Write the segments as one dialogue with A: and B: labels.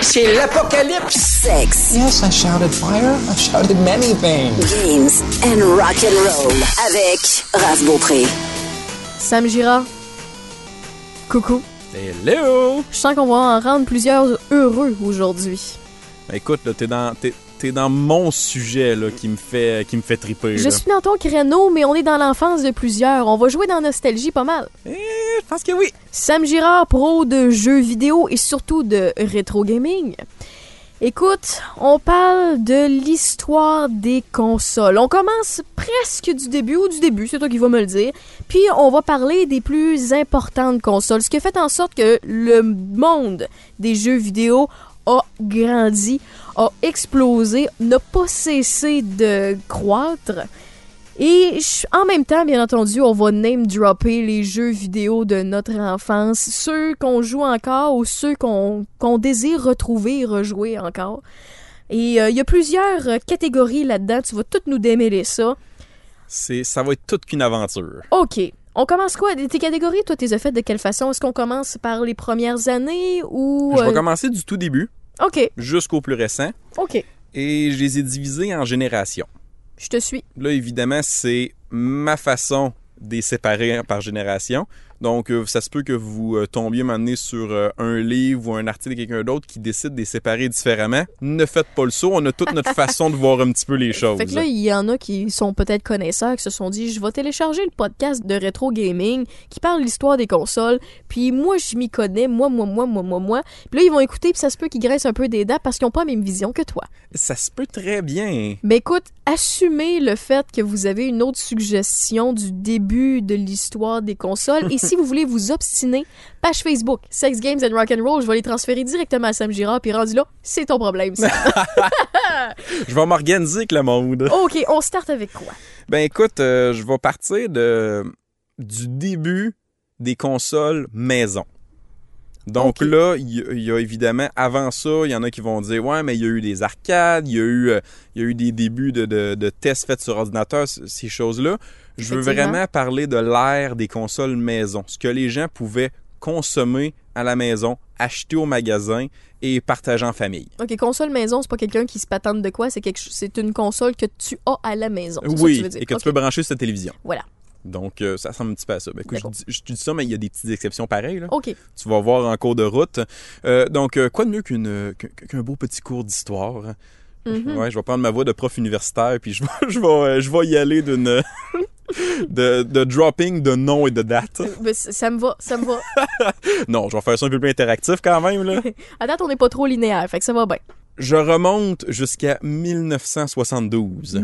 A: C'est l'apocalypse.
B: Sex,
C: Yes, I shouted fire. I shouted many things.
B: games and rock and roll avec Raph Beaupré.
D: Sam Girard. Coucou.
E: Hello!
D: Je sens qu'on va en rendre plusieurs heureux aujourd'hui.
E: Ben, écoute, là, t'es dans, t'es, t'es dans mon sujet là, qui me fait, qui me fait triper.
D: Je
E: là.
D: suis dans ton créneau, mais on est dans l'enfance de plusieurs. On va jouer dans Nostalgie pas mal.
E: Eh, Je pense que oui.
D: Sam Girard, pro de jeux vidéo et surtout de rétro gaming. Écoute, on parle de l'histoire des consoles. On commence presque du début ou du début, c'est toi qui vas me le dire. Puis on va parler des plus importantes consoles, ce qui a fait en sorte que le monde des jeux vidéo a grandi, a explosé, n'a pas cessé de croître. Et je- en même temps, bien entendu, on va name dropper les jeux vidéo de notre enfance, ceux qu'on joue encore ou ceux qu'on qu'on désire retrouver et rejouer encore. Et euh, il y a plusieurs euh, catégories là-dedans, tu vas toutes nous démêler ça.
E: C'est, ça va être toute qu'une aventure.
D: OK. On commence quoi? Tes catégories, toi, t'es faites de quelle façon? Est-ce qu'on commence par les premières années ou...
E: Je vais
D: euh,
E: commencer du tout début
D: OK,
E: jusqu'au plus récent
D: OK.
E: et je les ai divisés en générations.
D: Je te suis.
E: Là, évidemment, c'est ma façon de les séparer par génération. Donc, euh, ça se peut que vous euh, tombiez un moment donné sur euh, un livre ou un article de quelqu'un d'autre qui décide de les séparer différemment. Ne faites pas le saut. On a toute notre façon de voir un petit peu les choses.
D: Fait que là, il y en a qui sont peut-être connaisseurs, qui se sont dit, je vais télécharger le podcast de Retro Gaming qui parle de l'histoire des consoles, puis moi, je m'y connais, moi, moi, moi, moi, moi, moi. Puis là, ils vont écouter, puis ça se peut qu'ils graissent un peu des dates parce qu'ils n'ont pas la même vision que toi.
E: Ça se peut très bien.
D: Mais écoute, assumez le fait que vous avez une autre suggestion du début de l'histoire des consoles, et si vous voulez vous obstiner, page Facebook, Sex Games and Rock'n'Roll, je vais les transférer directement à Sam Girard, puis rendu là, c'est ton problème, ça.
E: Je vais m'organiser avec le monde.
D: OK, on start avec quoi?
E: Ben écoute, euh, je vais partir de, du début des consoles maison. Donc
D: Ok.
E: là, il y, a- il y a évidemment, avant ça, il y en a qui vont dire Ouais, mais il y a eu des arcades, il y a eu, euh, il y a eu des débuts de, de- de tests faits sur ordinateur, c- ces choses-là. Je veux
D: Effectivement.
E: vraiment parler de l'ère des consoles maison, ce que les gens pouvaient consommer à la maison, acheter au magasin et partager en famille.
D: OK, console maison, c'est pas quelqu'un qui se patente de quoi, c'est quelque ch- c'est une console que tu as à la maison. c'est ça que
E: Oui,
D: tu veux dire.
E: et que
D: OK.
E: tu peux brancher sur ta télévision.
D: Voilà.
E: Donc, euh, ça ressemble un petit peu à ça. Ben, écoute, je,
D: D'accord. Oh.
E: dis, je te dis ça, mais il y a des petites exceptions pareilles. là.
D: OK.
E: Tu vas voir en cours de route. Euh, donc, euh, quoi de mieux qu'une, euh, qu'un- qu'un beau petit cours d'histoire? hein?
D: Mhm.
E: Ouais, je vais prendre ma voix de prof universitaire, puis je vais, je vais, euh, je vais y aller d'une... De, de dropping de nom et de date.
D: Ben, c- ça me va, ça me va.
E: Non, je vais faire ça un peu plus interactif quand même. Là.
D: À date, on n'est pas trop linéaire, fait que ça va bien.
E: Je remonte jusqu'à 1972.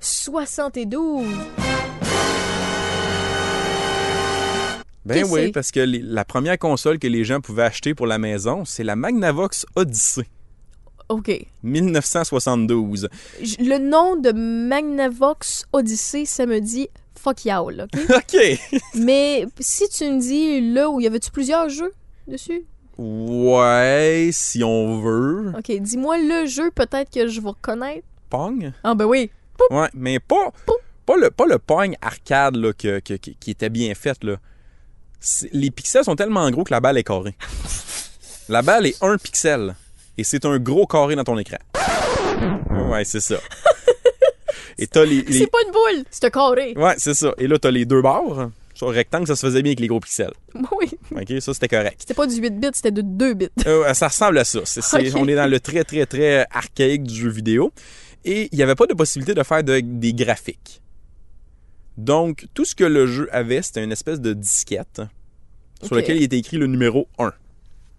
D: 1972.
E: Ben
D: Qu'est-ce que
E: oui,
D: c'est?
E: parce que les- la première console que les gens pouvaient acheter pour la maison, c'est la Magnavox Odyssey.
D: OK.
E: 1972.
D: J- Le nom de Magnavox Odyssey, ça me dit fuck y'all, OK?
E: OK.
D: Mais si tu me dis là où y avait-tu plusieurs jeux dessus?
E: Ouais, si on veut.
D: OK, dis-moi le jeu peut-être que je vais reconnaître.
E: Pong.
D: Ah ben oui.
E: Ouais, mais pas, pas, le, pas le Pong arcade là, que- que- qui- qui était bien fait. Là. C'est- Les pixels sont tellement gros que la balle est carrée. La balle est un pixel. Et c'est un gros carré dans ton écran. Ouais, c'est ça. Et t'as les, les-
D: C'est pas une boule, c'est un carré.
E: Ouais, c'est ça. Et là, t'as les deux barres. Sur le rectangle, ça se faisait bien avec les gros pixels.
D: Oui.
E: OK, ça, c'était correct.
D: C'était pas du 8 bits, c'était de 2 bits.
E: Euh, ça ressemble à ça. C'est- c'est-
D: Ok.
E: On est dans le très, très, très archaïque du jeu vidéo. Et il n'y avait pas de possibilité de faire de- des graphiques. Donc, tout ce que le jeu avait, c'était une espèce de disquette hein, sur
D: Ok.
E: lequel il était écrit le numéro 1.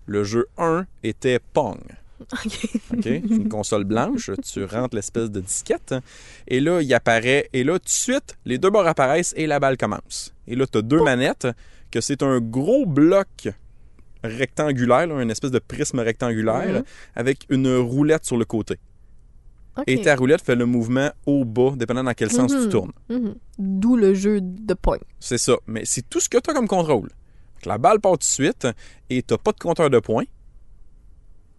E: Le jeu 1 était Pong.
D: OK.
E: OK? C'est une console blanche. Tu rentres l'espèce de disquette. hein, Et là, il apparaît. Et là, tout de suite, les deux bords apparaissent et la balle commence. Et là, tu as deux
D: Oh.
E: manettes, que c'est un gros bloc rectangulaire, là, une espèce de prisme rectangulaire,
D: Mhm.
E: avec une roulette sur le côté.
D: Ok.
E: Et ta roulette fait le mouvement haut-bas, dépendant dans quel sens
D: Mhm.
E: tu tournes.
D: Mhm. D'où le jeu de poing.
E: C'est ça. Mais c'est tout ce que tu as comme contrôle. Donc, la balle part tout de suite et tu pas de compteur de points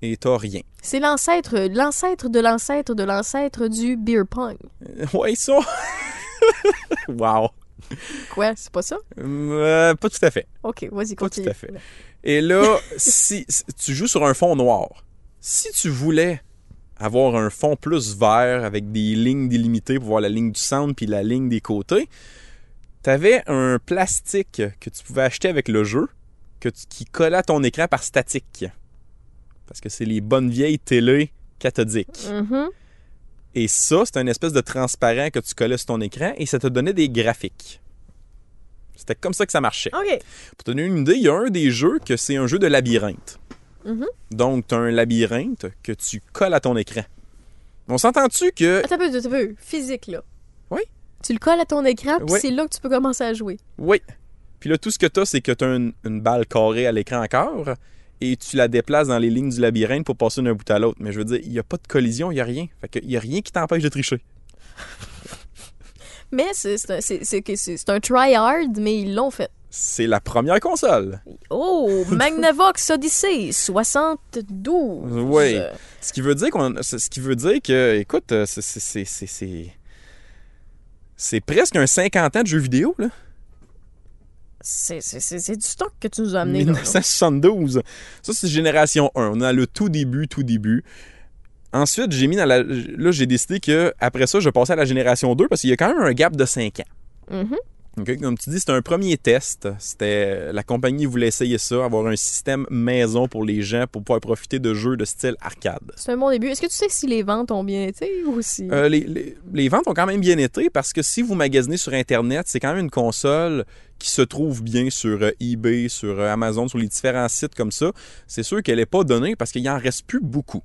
E: et tu rien.
D: C'est l'ancêtre, l'ancêtre de l'ancêtre de l'ancêtre du beer pong.
E: Ouais, ça. wow.
D: Quoi, c'est pas ça?
E: Euh, pas tout à fait.
D: Ok, vas-y,
E: Pas tout
D: continue.
E: à fait. Et là, si, si tu joues sur un fond noir, si tu voulais avoir un fond plus vert avec des lignes délimitées pour voir la ligne du centre puis la ligne des côtés, tu avais un plastique que tu pouvais acheter avec le jeu que tu- qui collait à ton écran par statique. Parce que c'est les bonnes vieilles télé cathodiques.
D: Mhm.
E: Et ça, c'était une espèce de transparent que tu collais sur ton écran et ça te donnait des graphiques. C'était comme ça que ça marchait.
D: OK.
E: Pour te donner une idée, il y a un des jeux que c'est un jeu de labyrinthe.
D: Mhm.
E: Donc, tu as un labyrinthe que tu colles à ton écran. On s'entend-tu que.
D: Attends un peu, attends un peu. Physique, là.
E: Oui.
D: Tu le colles à ton écran, puis
E: Oui.
D: c'est là que tu peux commencer à jouer.
E: Oui. Puis là, tout ce que tu as, c'est que tu as une, une balle carrée à l'écran encore et tu la déplaces dans les lignes du labyrinthe pour passer d'un bout à l'autre. Mais je veux dire, il n'y a pas de collision, il n'y a rien. Fait qu'il n'y a rien qui t'empêche de tricher.
D: Mais c'est c'est un, c'est- c'est- c'est- c'est un try-hard, mais ils l'ont fait.
E: C'est la première console.
D: Oh, Magnavox Odyssey 72.
E: Oui. Ce qui veut dire qu'on, ce ce qui veut dire que, écoute, euh, c'est, c'est, c'est, c'est- c'est- c'est presque un 50 ans de jeux vidéo là.
D: C'est c'est- c'est- c'est du stock que tu nous as amené. là.
E: 1972. Ça c'est génération 1. On a le tout début, tout début. Ensuite, j'ai mis dans la, là j'ai décidé que après ça, je passais à la génération 2 parce qu'il y a quand même un gap de 5 ans.
D: Mhm.
E: OK? Comme tu dis, c'était un premier test. C'était euh, la compagnie voulait essayer ça, avoir un système maison pour les gens pour pouvoir profiter de jeux de style arcade.
D: C'est un bon début. Est-ce que tu sais si les ventes ont bien été ou si.
E: Euh, les, les- les ventes ont quand même bien été parce que si vous magasinez sur Internet, c'est quand même une console qui se trouve bien sur euh, eBay, sur euh, Amazon, sur les différents sites comme ça. C'est sûr qu'elle n'est pas donnée parce qu'il n'en reste plus beaucoup.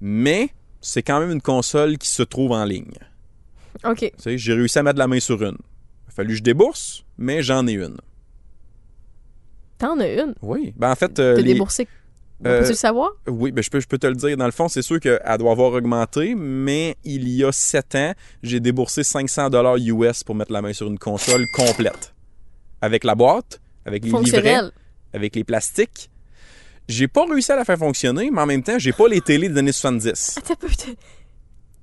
E: Mais c'est quand même une console qui se trouve en ligne.
D: OK.
E: Tu sais, J'ai réussi à mettre la main sur une. Il a fallu que je débourse, mais j'en ai une.
D: T'en as une.
E: Oui. Ben, en fait, euh,
D: T'as
E: les-
D: déboursé.
E: Euh,
D: Peux-tu le savoir?
E: Oui, ben je, peux, je peux te le dire. Dans le fond, c'est sûr qu'elle doit avoir augmenté, mais il y a 7 ans, j'ai déboursé 500 dollars US pour mettre la main sur une console complète. Avec la boîte, avec les livrets,
D: Fonctionnel.
E: avec les plastiques. J'ai pas réussi à la faire fonctionner, mais en même temps, j'ai pas les télés des années 70.
D: Attends un peu. t'as-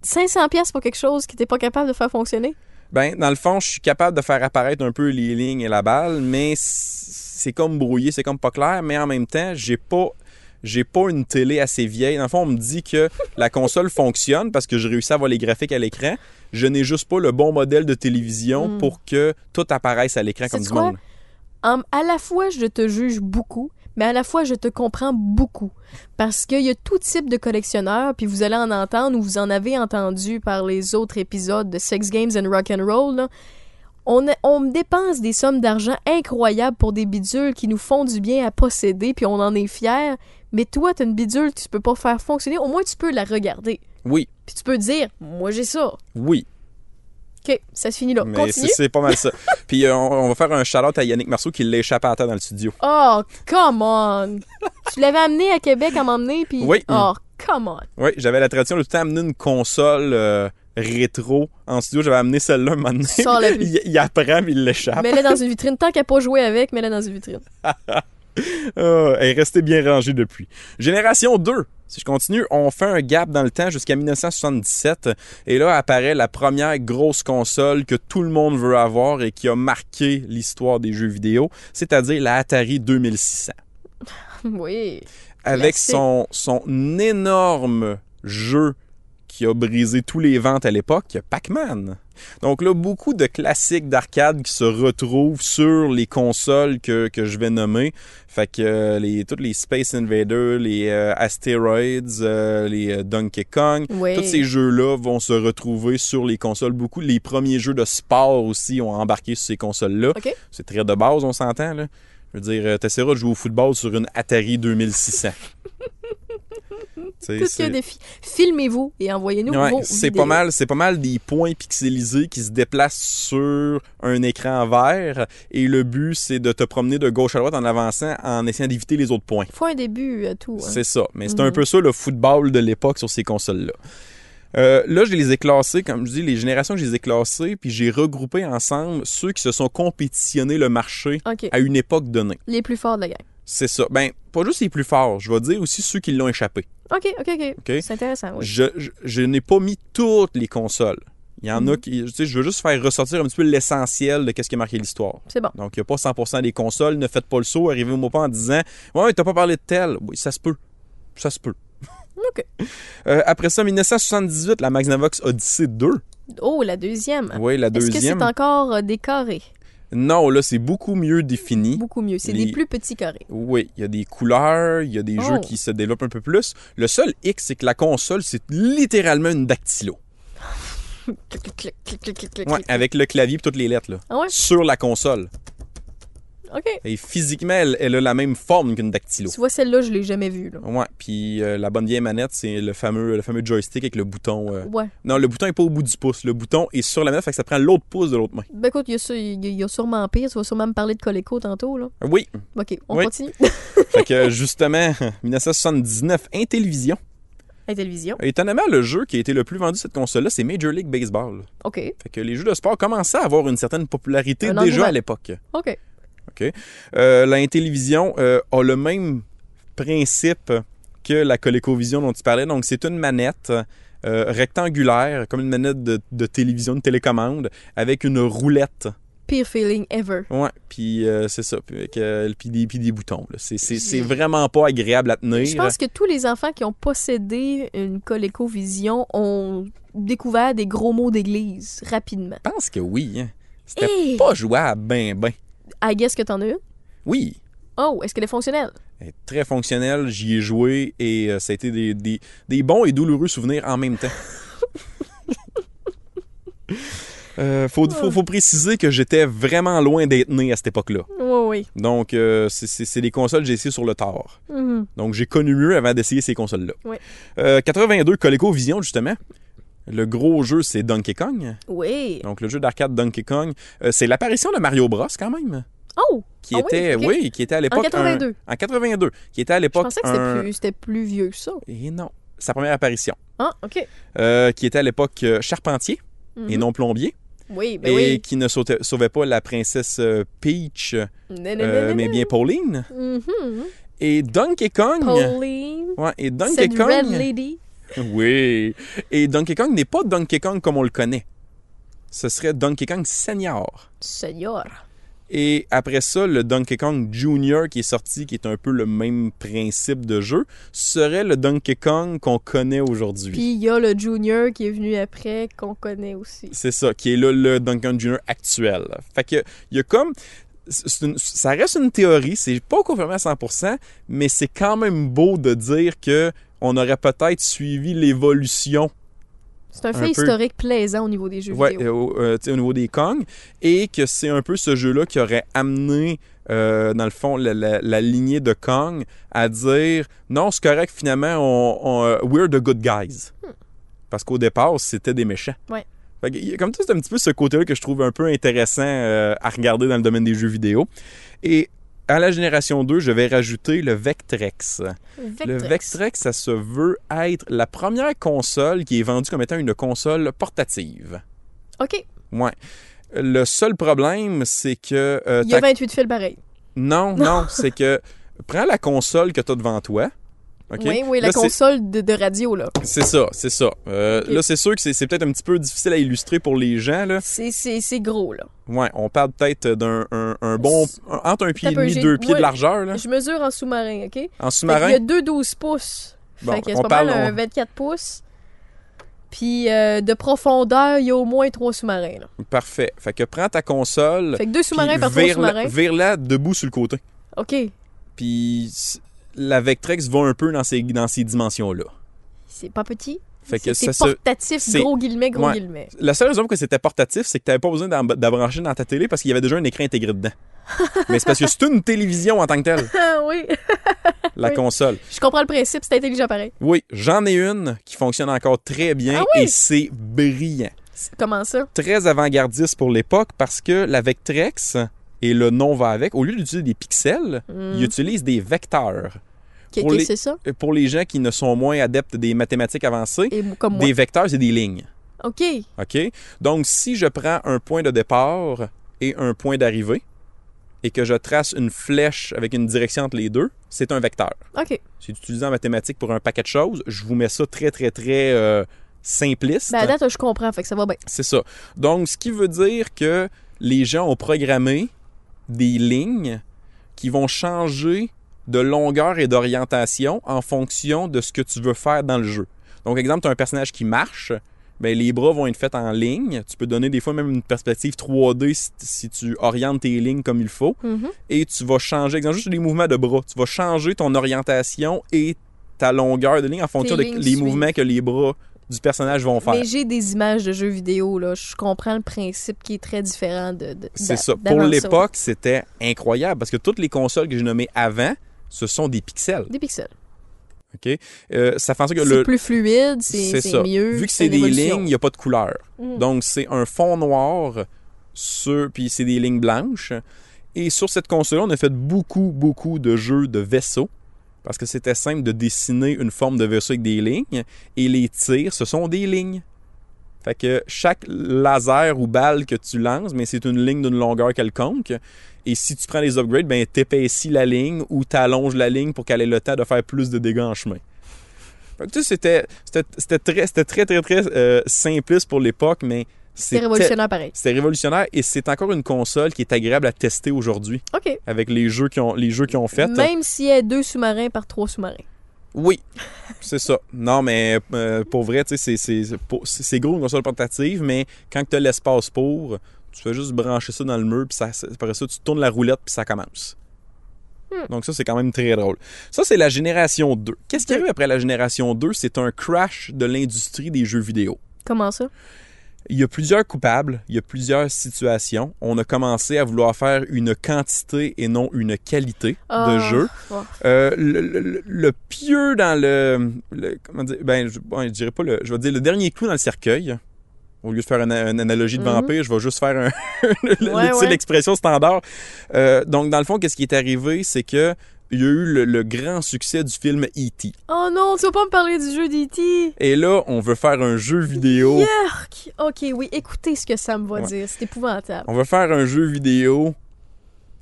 D: 500 pièces pour quelque chose que t'es pas capable de faire fonctionner?
E: Ben, dans le fond, je suis capable de faire apparaître un peu les lignes et la balle, mais c'est comme brouillé, c'est comme pas clair, mais en même temps, j'ai pas j'ai pas une télé assez vieille. Dans le fond, on me dit que la console fonctionne parce que je réussis à voir les graphiques à l'écran. Je n'ai juste pas le bon modèle de télévision
D: Mm.
E: pour que tout apparaisse à l'écran comme
D: Sais-tu
E: du monde.
D: Hum, à la fois, je te juge beaucoup, mais à la fois, je te comprends beaucoup. Parce qu'il y a tout type de collectionneurs, puis vous allez en entendre ou vous en avez entendu par les autres épisodes de Sex Games and Rock and Roll. là. On, a- on dépense des sommes d'argent incroyables pour des bidules qui nous font du bien à posséder, puis on en est fier. Mais toi, t'as une bidule, tu peux pas faire fonctionner. Au moins, tu peux la regarder.
E: Oui,
D: Puis tu peux dire, moi j'ai ça.
E: oui,
D: OK, ça se finit là.
E: mais c'est
D: Euh, Continue.
E: c'est pas mal ça. Puis euh, on, on va faire un shout-out à Yannick Marceau qui l'échappe à terre dans le studio.
D: Oh, come on! tu l'avais amené à Québec à m'emmener, puis...
E: Oui.
D: Oh, come on!
E: Oui, j'avais la tradition de tout le temps amener une console euh, rétro en studio. J'avais amené celle-là un moment donné.
D: Sors la vue.
E: il, il apprend, mais il l'échappe.
D: Mets-la dans une vitrine. Tant qu'elle n'a pas joué avec, mets-la dans une vitrine.
E: Ah, elle est restée bien rangée depuis. Génération 2. Si je continue, on fait un gap dans le temps jusqu'à 1977. Et là apparaît la première grosse console que tout le monde veut avoir et qui a marqué l'histoire des jeux vidéo, c'est-à-dire la Atari 2600.
D: oui.
E: avec
D: Classique.
E: son, son énorme jeu qui a brisé tous les ventes à l'époque, Pac-Man. Donc là, beaucoup de classiques d'arcade qui se retrouvent sur les consoles que, que je vais nommer. Fait que euh, les, toutes les Space Invaders, les euh, Asteroids, euh, les euh, Donkey Kong,
D: Oui.
E: tous ces jeux-là vont se retrouver sur les consoles. Beaucoup, les premiers jeux de sport aussi ont embarqué sur ces consoles-là.
D: OK.
E: C'est très de base, on s'entend, là. Je veux dire, euh, t'essaieras de jouer au football sur une Atari 2600. Tu sais,
D: Tout
E: c'est-
D: un défi. Filmez-vous et envoyez-nous
E: Ouais,
D: vos
E: c'est
D: vidéos.
E: pas mal, c'est pas mal des points pixelisés qui se déplacent sur un écran vert et le but c'est de te promener de gauche à droite en avançant en essayant d'éviter les autres points.
D: Faut un début à tout. hein.
E: C'est ça. Mais c'est
D: Mhm.
E: un peu ça le football de l'époque sur ces consoles-là. Euh, là, je les ai classés, comme je dis, les générations, je les ai classées, puis j'ai regroupé ensemble ceux qui se sont compétitionnés le marché
D: OK.
E: à une époque donnée.
D: Les plus forts de la gang.
E: C'est ça. Ben, pas juste les plus forts, je vais dire aussi ceux qui l'ont échappé.
D: OK, OK, OK.
E: OK?
D: C'est intéressant, oui.
E: Je, je- je n'ai pas mis toutes les consoles. Il y en a qui. Tu sais, je veux juste faire ressortir un petit peu l'essentiel de qu'est-ce qui a marqué l'histoire.
D: C'est bon.
E: Donc, il n'y a pas 100% des consoles. Ne faites pas le saut. Arrivez au mot pas en disant Ouais, t'as pas parlé de tel. Oui, ça se peut. Ça se peut.
D: OK.
E: Euh, après ça, 1978, la Magnavox Odyssey 2.
D: Oh, la deuxième.
E: Oui, la
D: Est-ce que c'est
E: deuxième.
D: encore euh, des carrés?
E: Non, là, c'est beaucoup mieux défini.
D: Beaucoup mieux. C'est
E: Les-
D: des plus petits carrés.
E: Oui, il y a des couleurs, il y a des
D: Oh.
E: jeux qui se développent un peu plus. Le seul hic, c'est que la console, c'est littéralement une dactylo.
D: Clic, clic, clic, clic, clic, clic, clic,
E: Ouais,
D: clic.
E: avec le clavier et toutes les lettres, là.
D: Ah ouais?
E: Sur la console.
D: OK.
E: Et physiquement, elle, elle a la même forme qu'une dactylo.
D: Tu vois, celle-là, je l'ai jamais vue. Là.
E: Ouais, puis euh, la bonne vieille manette, c'est le fameux, le fameux joystick avec le bouton. euh,
D: Ouais.
E: Non, le bouton est pas au bout du pouce. Le bouton est sur la manette, fait que ça prend l'autre pouce de l'autre main.
D: Ben écoute, il y, a ça- il y a- il y a sûrement pire. Tu vas sûrement me parler de Coleco tantôt. là.
E: Oui,
D: OK, on
E: Oui.
D: continue.
E: fait que justement, 1979, Intellivision.
D: La télévision.
E: Étonnamment, le jeu qui a été le plus vendu de cette console-là, c'est Major League Baseball.
D: OK.
E: Fait que les jeux de sport commençaient à avoir une certaine popularité
D: Un
E: déjà
D: engouement.
E: à l'époque.
D: OK.
E: Euh, la Intellivision euh, a le même principe que la ColecoVision dont tu parlais. Donc, c'est une manette euh, rectangulaire, comme une manette de, de télévision, de télécommande, avec une roulette.
D: Pire feeling ever.
E: Ouais, puis euh, c'est ça. Puis, avec, euh, puis des, puis des boutons. là. C'est- C'est c'est
D: J'ai-
E: vraiment pas agréable à tenir.
D: Je pense que tous les enfants qui ont possédé une ColecoVision ont découvert des gros mots d'église rapidement.
E: Je pense que oui. hein. C'était
D: Hey!
E: pas jouable, ben, ben.
D: I guess que t'en as une?
E: Oui,
D: Oh, est-ce qu'elle est fonctionnelle?
E: Elle est Ben, très fonctionnel, j'y ai joué et euh, ça a été des, des- des bons et douloureux souvenirs en même temps. Euh, faut, faut, faut préciser que j'étais vraiment loin d'être né à cette époque-là.
D: Oui, oui.
E: Donc, euh, c'est- c'est c'est des consoles que j'ai essayées sur le tard.
D: Mhm.
E: Donc, j'ai connu mieux avant d'essayer ces consoles-là.
D: Ouais.
E: Euh, 82, ColecoVision, justement. Le gros jeu, c'est Donkey Kong.
D: Oui.
E: Donc, le jeu d'arcade Donkey Kong. Euh, c'est l'apparition de Mario Bros, quand même.
D: Oh!
E: Qui
D: Ah oui,
E: était,
D: ok.
E: oui, qui était à l'époque. un-
D: 82.
E: en 82. Qui était à
D: Je
E: l'époque.
D: pensais que c'était
E: un-
D: plus, c'était plus vieux que ça.
E: Et non. Sa première apparition,
D: Ah, OK.
E: euh, qui était à l'époque euh, charpentier
D: Mhm.
E: et non plombier,
D: Oui, ben
E: et
D: oui.
E: qui ne sautait- sauvait pas la princesse euh, Peach, euh,
D: Nanana.
E: mais bien Pauline.
D: Mhm.
E: Et Donkey Kong.
D: Pauline.
E: Ouais, et Donkey
D: Cette
E: Kong.
D: Red Lady.
E: Oui. Et Donkey Kong n'est pas Donkey Kong comme on le connaît. Ce serait Donkey Kong Senior.
D: Seigneur.
E: Et après ça, le Donkey Kong Junior qui est sorti, qui est un peu le même principe de jeu, serait le Donkey Kong qu'on connaît aujourd'hui.
D: Puis il y a le Junior qui est venu après, qu'on connaît aussi.
E: C'est ça, qui est là le Duncan Jr. actuel. Fait que, il y a comme. c'est une- ça reste une théorie, c'est pas confirmé à 100%, mais c'est quand même beau de dire que on aurait peut-être suivi l'évolution
D: C'est un,
E: peu.
D: fait historique plaisant au niveau des jeux
E: ouais,
D: vidéo.
E: euh, euh, tu sais, au niveau des Kong et que c'est un peu ce jeu-là qui aurait amené, euh, dans le fond, la, la- la lignée de Kong à dire non, c'est correct, finalement, on, on, euh, we're the good guys. Parce qu'au départ, c'était des méchants.
D: Hmm. Ouais.
E: Fait que, il y a comme tout, c'est un petit peu ce côté-là que je trouve un peu intéressant euh, à regarder dans le domaine des jeux vidéo. Et à la génération 2, je vais rajouter le Vectrex. euh, Le Vectrex, ça se veut être la première console qui est vendue comme étant une console portative.
D: OK.
E: Ouais. Le seul problème, c'est que. euh,
D: Il y a
E: ta-
D: 28 fils pareil.
E: Non, non, c'est que. Prends la console que tu as devant toi. OK?
D: Oui, oui, la
E: Là, c'est-
D: console de, de radio, là.
E: C'est ça, c'est ça. Euh,
D: Ok.
E: Là, c'est sûr que c'est c'est peut-être un petit peu difficile à illustrer pour les gens. Là.
D: C'est- C'est c'est gros, là.
E: Ouais, on parle peut-être d'un un, un bon. un- entre un pied et
D: peu,
E: demi,
D: j'ai-
E: deux pieds
D: ouais.
E: de largeur. Là.
D: Je mesure en sous-marin, OK? Fait
E: En
D: qu'il y
E: Ah. sous-marin.
D: a deux 12 pouces.
E: Bon,
D: fait que
E: on
D: c'est pas
E: parle-
D: mal un
E: on-
D: 24 pouces. Puis euh, de profondeur, il y a au moins trois sous-marins. là.
E: Parfait. Fait que prends ta console.
D: Fait que deux sous-marins
E: puis
D: par trois
E: vire-la
D: sous-marins.
E: vire-la debout sur le côté.
D: OK.
E: Puis s- la Vectrex va un peu dans ces, dans ces dimensions-là.
D: C'est pas petit.
E: Fait que
D: C'est
E: ça
D: c'est
E: se.
D: portatif,
E: c'est-
D: gros guillemets, gros
E: Ouais.
D: guillemets.
E: La seule raison que c'était portatif, c'est que tu n'avais pas besoin d'en- d'abrancher dans ta télé parce qu'il y avait déjà un écran intégré dedans. Mais c'est parce que c'est une télévision en tant que telle,
D: Ah oui,
E: la
D: Oui.
E: console.
D: je comprends le principe, c'est intelligent pareil.
E: Oui, j'en ai une qui fonctionne encore très bien
D: Ah oui?
E: et c'est brillant.
D: C'est- Comment ça?
E: Très avant-gardiste pour l'époque parce que la Vectrex, et le nom va avec, au lieu d'utiliser des pixels,
D: Hmm.
E: ils utilisent des vecteurs.
D: Qu'est-
E: Pour
D: qu'est-
E: les-
D: C'est ça?
E: Et Pour les gens qui ne sont moins adeptes des mathématiques avancées,
D: Et m- comme moi.
E: des vecteurs, c'est des lignes.
D: OK.
E: OK? Donc, si je prends un point de départ et un point d'arrivée et que je trace une flèche avec une direction entre les deux, c'est un vecteur.
D: OK.
E: C'est utilisé en mathématiques pour un paquet de choses. Je vous mets ça très, très, très euh, simpliste.
D: Ben, à date, je comprends, fait que ça va bien.
E: C'est ça. Donc, ce qui veut dire que les gens ont programmé des lignes qui vont changer de longueur et d'orientation en fonction de ce que tu veux faire dans le jeu. Donc, exemple, tu as un personnage qui marche, ben, les bras vont être faits en ligne. Tu peux donner des fois même une perspective 3D si, si tu orientes tes lignes comme il faut.
D: Mhm.
E: Et tu vas changer, exemple, juste les mouvements de bras. Tu vas changer ton orientation et ta longueur de ligne en fonction des
D: lignes
E: les
D: suivent.
E: mouvements que les bras du personnage vont faire.
D: Mais j'ai des images de jeux vidéo, là. Je comprends le principe qui est très différent de. de- d'a-
E: C'est ça. Pour
D: d'avant
E: l'époque, c'était incroyable parce que toutes les consoles que j'ai nommées avant, ce sont des pixels.
D: Des pixels.
E: OK? Euh, ça fait en sorte que
D: C'est
E: le.
D: plus fluide, c'est
E: C'est
D: c'est
E: ça.
D: mieux.
E: Vu que c'est
D: une
E: des
D: évolution.
E: lignes, il n'y a pas de couleur.
D: Mm.
E: Donc, c'est un fond noir, sur, puis c'est des lignes blanches. Et sur cette console on a fait beaucoup, beaucoup de jeux de vaisseaux parce que c'était simple de dessiner une forme de vaisseau avec des lignes. Et les tirs, ce sont des lignes. Fait que chaque laser ou balle que tu lances, mais c'est une ligne d'une longueur quelconque. Et si tu prends les upgrades, ben t'épaissis la ligne ou t'allonges la ligne pour qu'elle ait le temps de faire plus de dégâts en chemin. Fait que tu sais, c'était, c'était, c'était très, c'était très, très, très euh, simpliste pour l'époque, mais
D: C'est
E: c'était,
D: révolutionnaire pareil.
E: c'était révolutionnaire et c'est encore une console qui est agréable à tester aujourd'hui
D: OK.
E: avec les jeux qui ont, les jeux qui ont fait.
D: Même s'il y a deux sous-marins par trois sous-marins.
E: Oui, c'est ça. Non, mais euh, pour vrai, tu sais, c'est- c'est- c'est pour- c'est c'est gros une console portative, mais quand tu as l'espace pour, tu fais juste brancher ça dans le mur, puis ça, ça- après ça, tu tournes la roulette, puis ça commence. Donc ça, c'est quand même très drôle. Ça, c'est la génération 2. Qu'est-ce qui arrive après la génération 2? C'est un crash de l'industrie des jeux vidéo.
D: Comment ça?
E: Il y a plusieurs coupables, il y a plusieurs situations. On a commencé à vouloir faire une quantité et non une qualité de
D: Ah,
E: jeu.
D: ouais.
E: Euh, le, le- le- le pieux dans le, le- comment dire ben je, bon, je dirais pas le je vais dire le dernier clou dans le cercueil au lieu de faire une, une analogie de
D: Mhm.
E: vampire je vais juste faire un, le-
D: Ouais,
E: tu sais,
D: ouais.
E: l'expression standard Euh, donc dans le fond qu'est-ce qui est arrivé c'est que il y a eu le, le grand succès du film E.T.
D: Oh non, tu vas pas me parler du jeu d'E.T.
E: Et là, on veut faire un jeu vidéo.
D: York! OK, oui, écoutez ce que ça me va
E: Oh. Ouais.
D: dire. C'est épouvantable.
E: On veut faire un jeu vidéo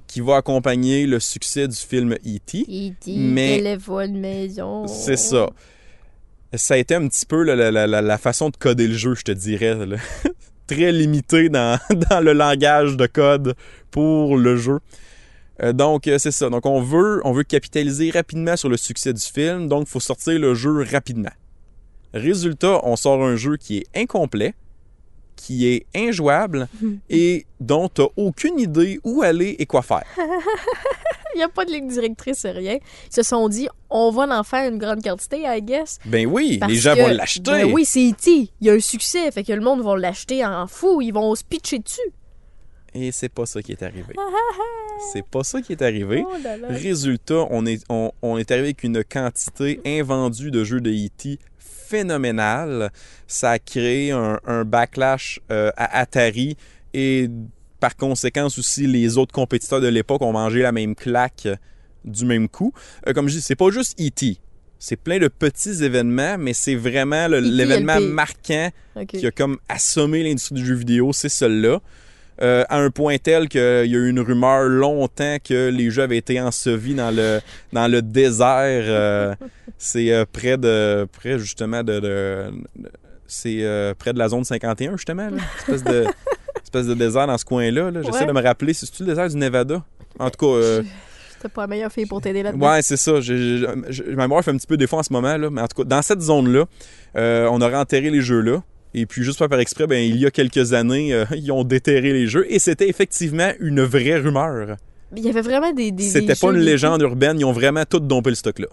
E: qui va accompagner le succès du film E E.T.
D: E.T.
E: Mais-
D: voix de maison.
E: C'est ça. Ça a été un petit peu là, la, la- la- la façon de coder le jeu, je te dirais. là. Très limité dans, dans le langage de code pour le jeu. Euh, donc, euh, c'est ça. Donc, on veut, on veut capitaliser rapidement sur le succès du film. Donc, il faut sortir le jeu rapidement. Résultat, on sort un jeu qui est incomplet, qui est injouable et dont tu aucune idée où aller et quoi faire.
D: Il n'y a pas de ligne directrice, rien. Ils se sont dit, on va en faire une grande quantité, I guess.
E: Ben oui,
D: Parce
E: les gens
D: que-
E: vont l'acheter.
D: Ben oui, c'est E.T. Il y a un succès, fait que le monde va l'acheter en fou. Ils vont se pitcher dessus.
E: Et c'est pas ça qui est arrivé. C'est pas ça qui est arrivé.
D: Oh là là.
E: Résultat, on est, on, on est arrivé avec une quantité invendue de jeux de E.T. phénoménale. Ça a créé un, un backlash euh, à Atari et par conséquent aussi les autres compétiteurs de l'époque ont mangé la même claque euh, du même coup. Euh, comme je dis, c'est pas juste E.T. C'est plein de petits événements, mais c'est vraiment le-
D: E.T.
E: l'événement
D: LP.
E: marquant
D: OK.
E: qui a comme assommé l'industrie du jeu vidéo, c'est celle-là. Euh, à un point tel qu'il y a eu une rumeur longtemps que les jeux avaient été ensevis dans le, dans le désert. euh, c'est euh, près de. près justement de. de- c'est euh, près de la zone 51, justement. là. Espèce, de, espèce de désert dans ce coin-là. là. J'essaie
D: Ouais.
E: de me rappeler. C'est-tu le désert du Nevada? En tout cas. euh,
D: C'était pas la meilleure fille pour t'aider là-dedans.
E: Ouais, c'est ça. J'ai- j'ai- j'ai- ma mémoire fait un petit peu défaut en ce moment, là. mais en tout cas, dans cette zone-là, euh, on aurait enterré les jeux-là. Et puis, juste pas par exprès, ben, il y a quelques années, euh, ils ont déterré les jeux. Et c'était effectivement une vraie rumeur.
D: Mais Il y avait vraiment des. des- des
E: C'était pas
D: jeux
E: une
D: d'E.T.
E: légende urbaine. Ils ont vraiment tout dompé le stock-là.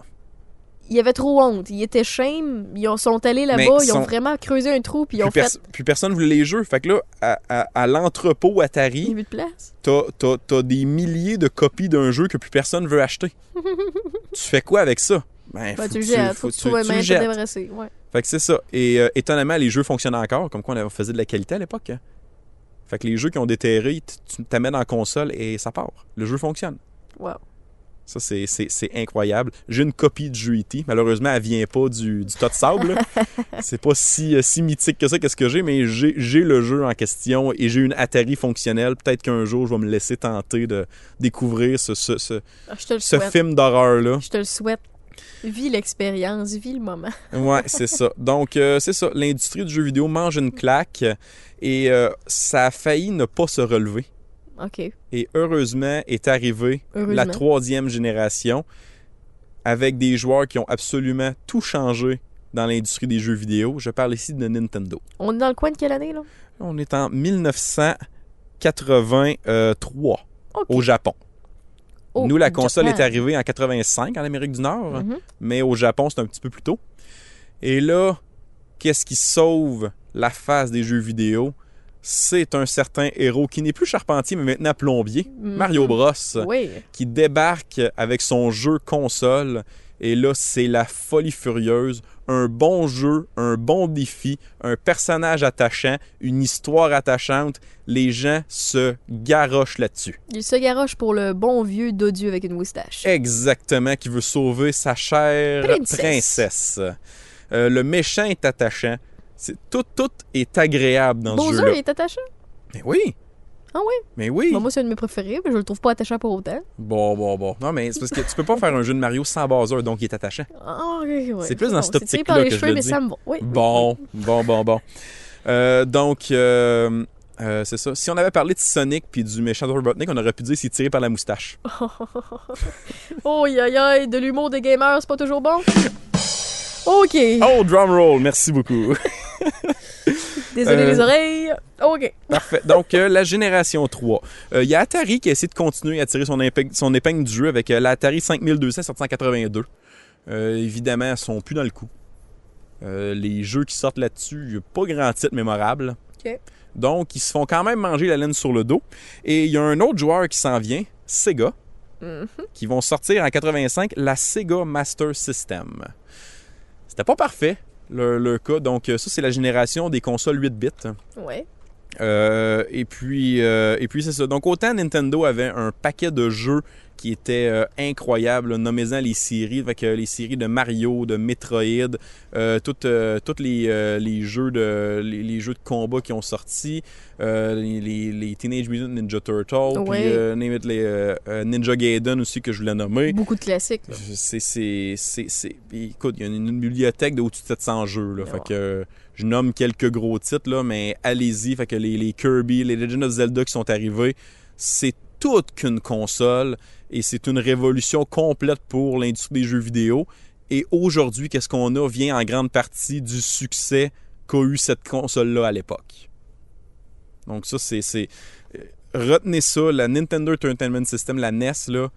D: Il y avait trop honte. Ils étaient shame. Ils ont- sont allés
E: Mais
D: là-bas. Ils
E: sont-
D: ont vraiment creusé un trou. Puis ils
E: Puis,
D: ont fait.
E: pers- puis personne voulait les jeux. Fait que là, à, à- à l'entrepôt
D: Il y a
E: Atari,
D: plus de place.
E: t'as, t'as- t'as des milliers de copies d'un jeu que plus personne veut acheter. tu fais quoi avec ça? Ben,
D: Bah,
E: faut
D: tu
E: que
D: le
E: tu-
D: jettes.
E: faut
D: Faut que
E: que
D: tu trouves un
E: tu le
D: moyen de
E: jettes.
D: te débarrasser. Ouais.
E: Fait que c'est ça. Et euh, étonnamment, les jeux fonctionnent encore, comme quoi on faisait de la qualité à l'époque. hein. Fait que les jeux qui ont déterré, t- tu t'amènes en console et ça part. Le jeu fonctionne.
D: Wow.
E: Ça, c'est- c'est c'est incroyable. J'ai une copie du jeu E.T. Malheureusement, elle vient pas du, du tas de sable. là. c'est pas si, euh, si mythique que ça, qu'est-ce que j'ai, mais j'ai j'ai le jeu en question et j'ai une Atari fonctionnelle. Peut-être qu'un jour, je vais me laisser tenter de découvrir ce, ce, ce,
D: Ah, je te le
E: ce
D: souhaite.
E: film d'horreur-là.
D: Je te le souhaite. Vis l'expérience, vis le moment.
E: Ouais, c'est ça. Donc, euh, c'est ça. L'industrie du jeu vidéo mange une claque et euh, ça a failli ne pas se relever.
D: OK.
E: Et heureusement est arrivée la
D: Heureusement.
E: troisième génération avec des joueurs qui ont absolument tout changé dans l'industrie des jeux vidéo. Je parle ici de Nintendo.
D: On est dans le coin de quelle année, là?
E: On est en 1983
D: OK.
E: au Japon.
D: Oh,
E: Nous, la
D: Japan.
E: console est arrivée en 85 en Amérique du Nord,
D: Mhm.
E: mais au Japon, c'est un petit peu plus tôt. Et là, qu'est-ce qui sauve la face des jeux vidéo? C'est un certain héros qui n'est plus charpentier, mais maintenant plombier,
D: Mhm.
E: Mario Bros,
D: Oui.
E: qui débarque avec son jeu console. Et là, c'est la folie furieuse. Un bon jeu, un bon défi, un personnage attachant, une histoire attachante. Les gens se garochent là-dessus.
D: Il se garoche pour le bon vieux dodu avec une moustache.
E: Exactement, qui veut sauver sa chère princesse.
D: Princesse.
E: Euh, le méchant est attachant. C'est, tout, tout est agréable dans ce
D: Bowser,
E: jeu-là.
D: il est attachant.
E: Mais oui!
D: Ah oui?
E: Mais oui!
D: Bon, moi, c'est un de mes préférés, mais je le trouve pas attachant pour autant.
E: Bon, bon, bon. Non, mais c'est parce que tu peux pas faire un jeu de Mario sans Bowser, donc il est attachant.
D: Ah, oui, oui.
E: C'est plus dans
D: bon,
E: cette
D: c'est tiré
E: optique-là
D: par les
E: que je
D: cheveux,
E: le
D: mais
E: dis. Mm.
D: ça me va. Oui.
E: Bon, bon, bon, bon. Euh, donc, euh, euh, c'est ça. Si on avait parlé de Sonic puis du méchant de Robotnik, on aurait pu dire s'il tiré par la moustache.
D: Oh, aïe, aïe, aïe, de l'humour des gamers, c'est pas toujours bon. OK.
E: Oh, drum roll, merci beaucoup.
D: Désolé
E: euh,
D: les oreilles. OK.
E: Parfait. Donc, euh, la génération 3. Euh, Il y a Atari qui a essayé de continuer à tirer son, impec- son épingle du jeu avec euh, la Atari 5200 sortie en 82. Euh, évidemment, elles sont plus dans le coup. Euh, les jeux qui sortent là-dessus, il n'y a pas grand titre mémorable.
D: OK.
E: Donc, ils se font quand même manger la laine sur le dos. Et il y a un autre joueur qui s'en vient, Sega,
D: Mhm.
E: qui vont sortir en 85 la Sega Master System. C'était pas parfait, le, le cas. Donc, euh, ça, c'est la génération des consoles 8 bits.
D: Ouais.
E: Euh, et puis, euh, et puis c'est ça. Donc autant Nintendo avait un paquet de jeux qui étaient euh, incroyables, là, nommez-en les séries, avec les séries de Mario, de Metroid, euh, toutes, euh, toutes les, euh, les jeux de les, les jeux de combat qui ont sorti, euh, les, les- les Teenage Mutant Ninja Turtles, puis
D: Ouais.
E: euh, name it, les euh, euh, Ninja Gaiden aussi que je voulais nommer.
D: Beaucoup de classiques. là.
E: C'est, c'est, c'est, c'est- Écoute, il y a une, une bibliothèque d'au-dessus de 700 jeux. Là,
D: Mais
E: fait
D: Ben ouais.
E: que euh, je nomme quelques gros titres, là, mais allez-y. Fait que les, les Kirby, les Legend of Zelda qui sont arrivés, c'est toute qu'une console et c'est une révolution complète pour l'industrie des jeux vidéo. Et aujourd'hui, qu'est-ce qu'on a vient en grande partie du succès qu'a eu cette console-là à l'époque. Donc ça, c'est... c'est- euh, Retenez ça, la Nintendo Entertainment System, la NES, là,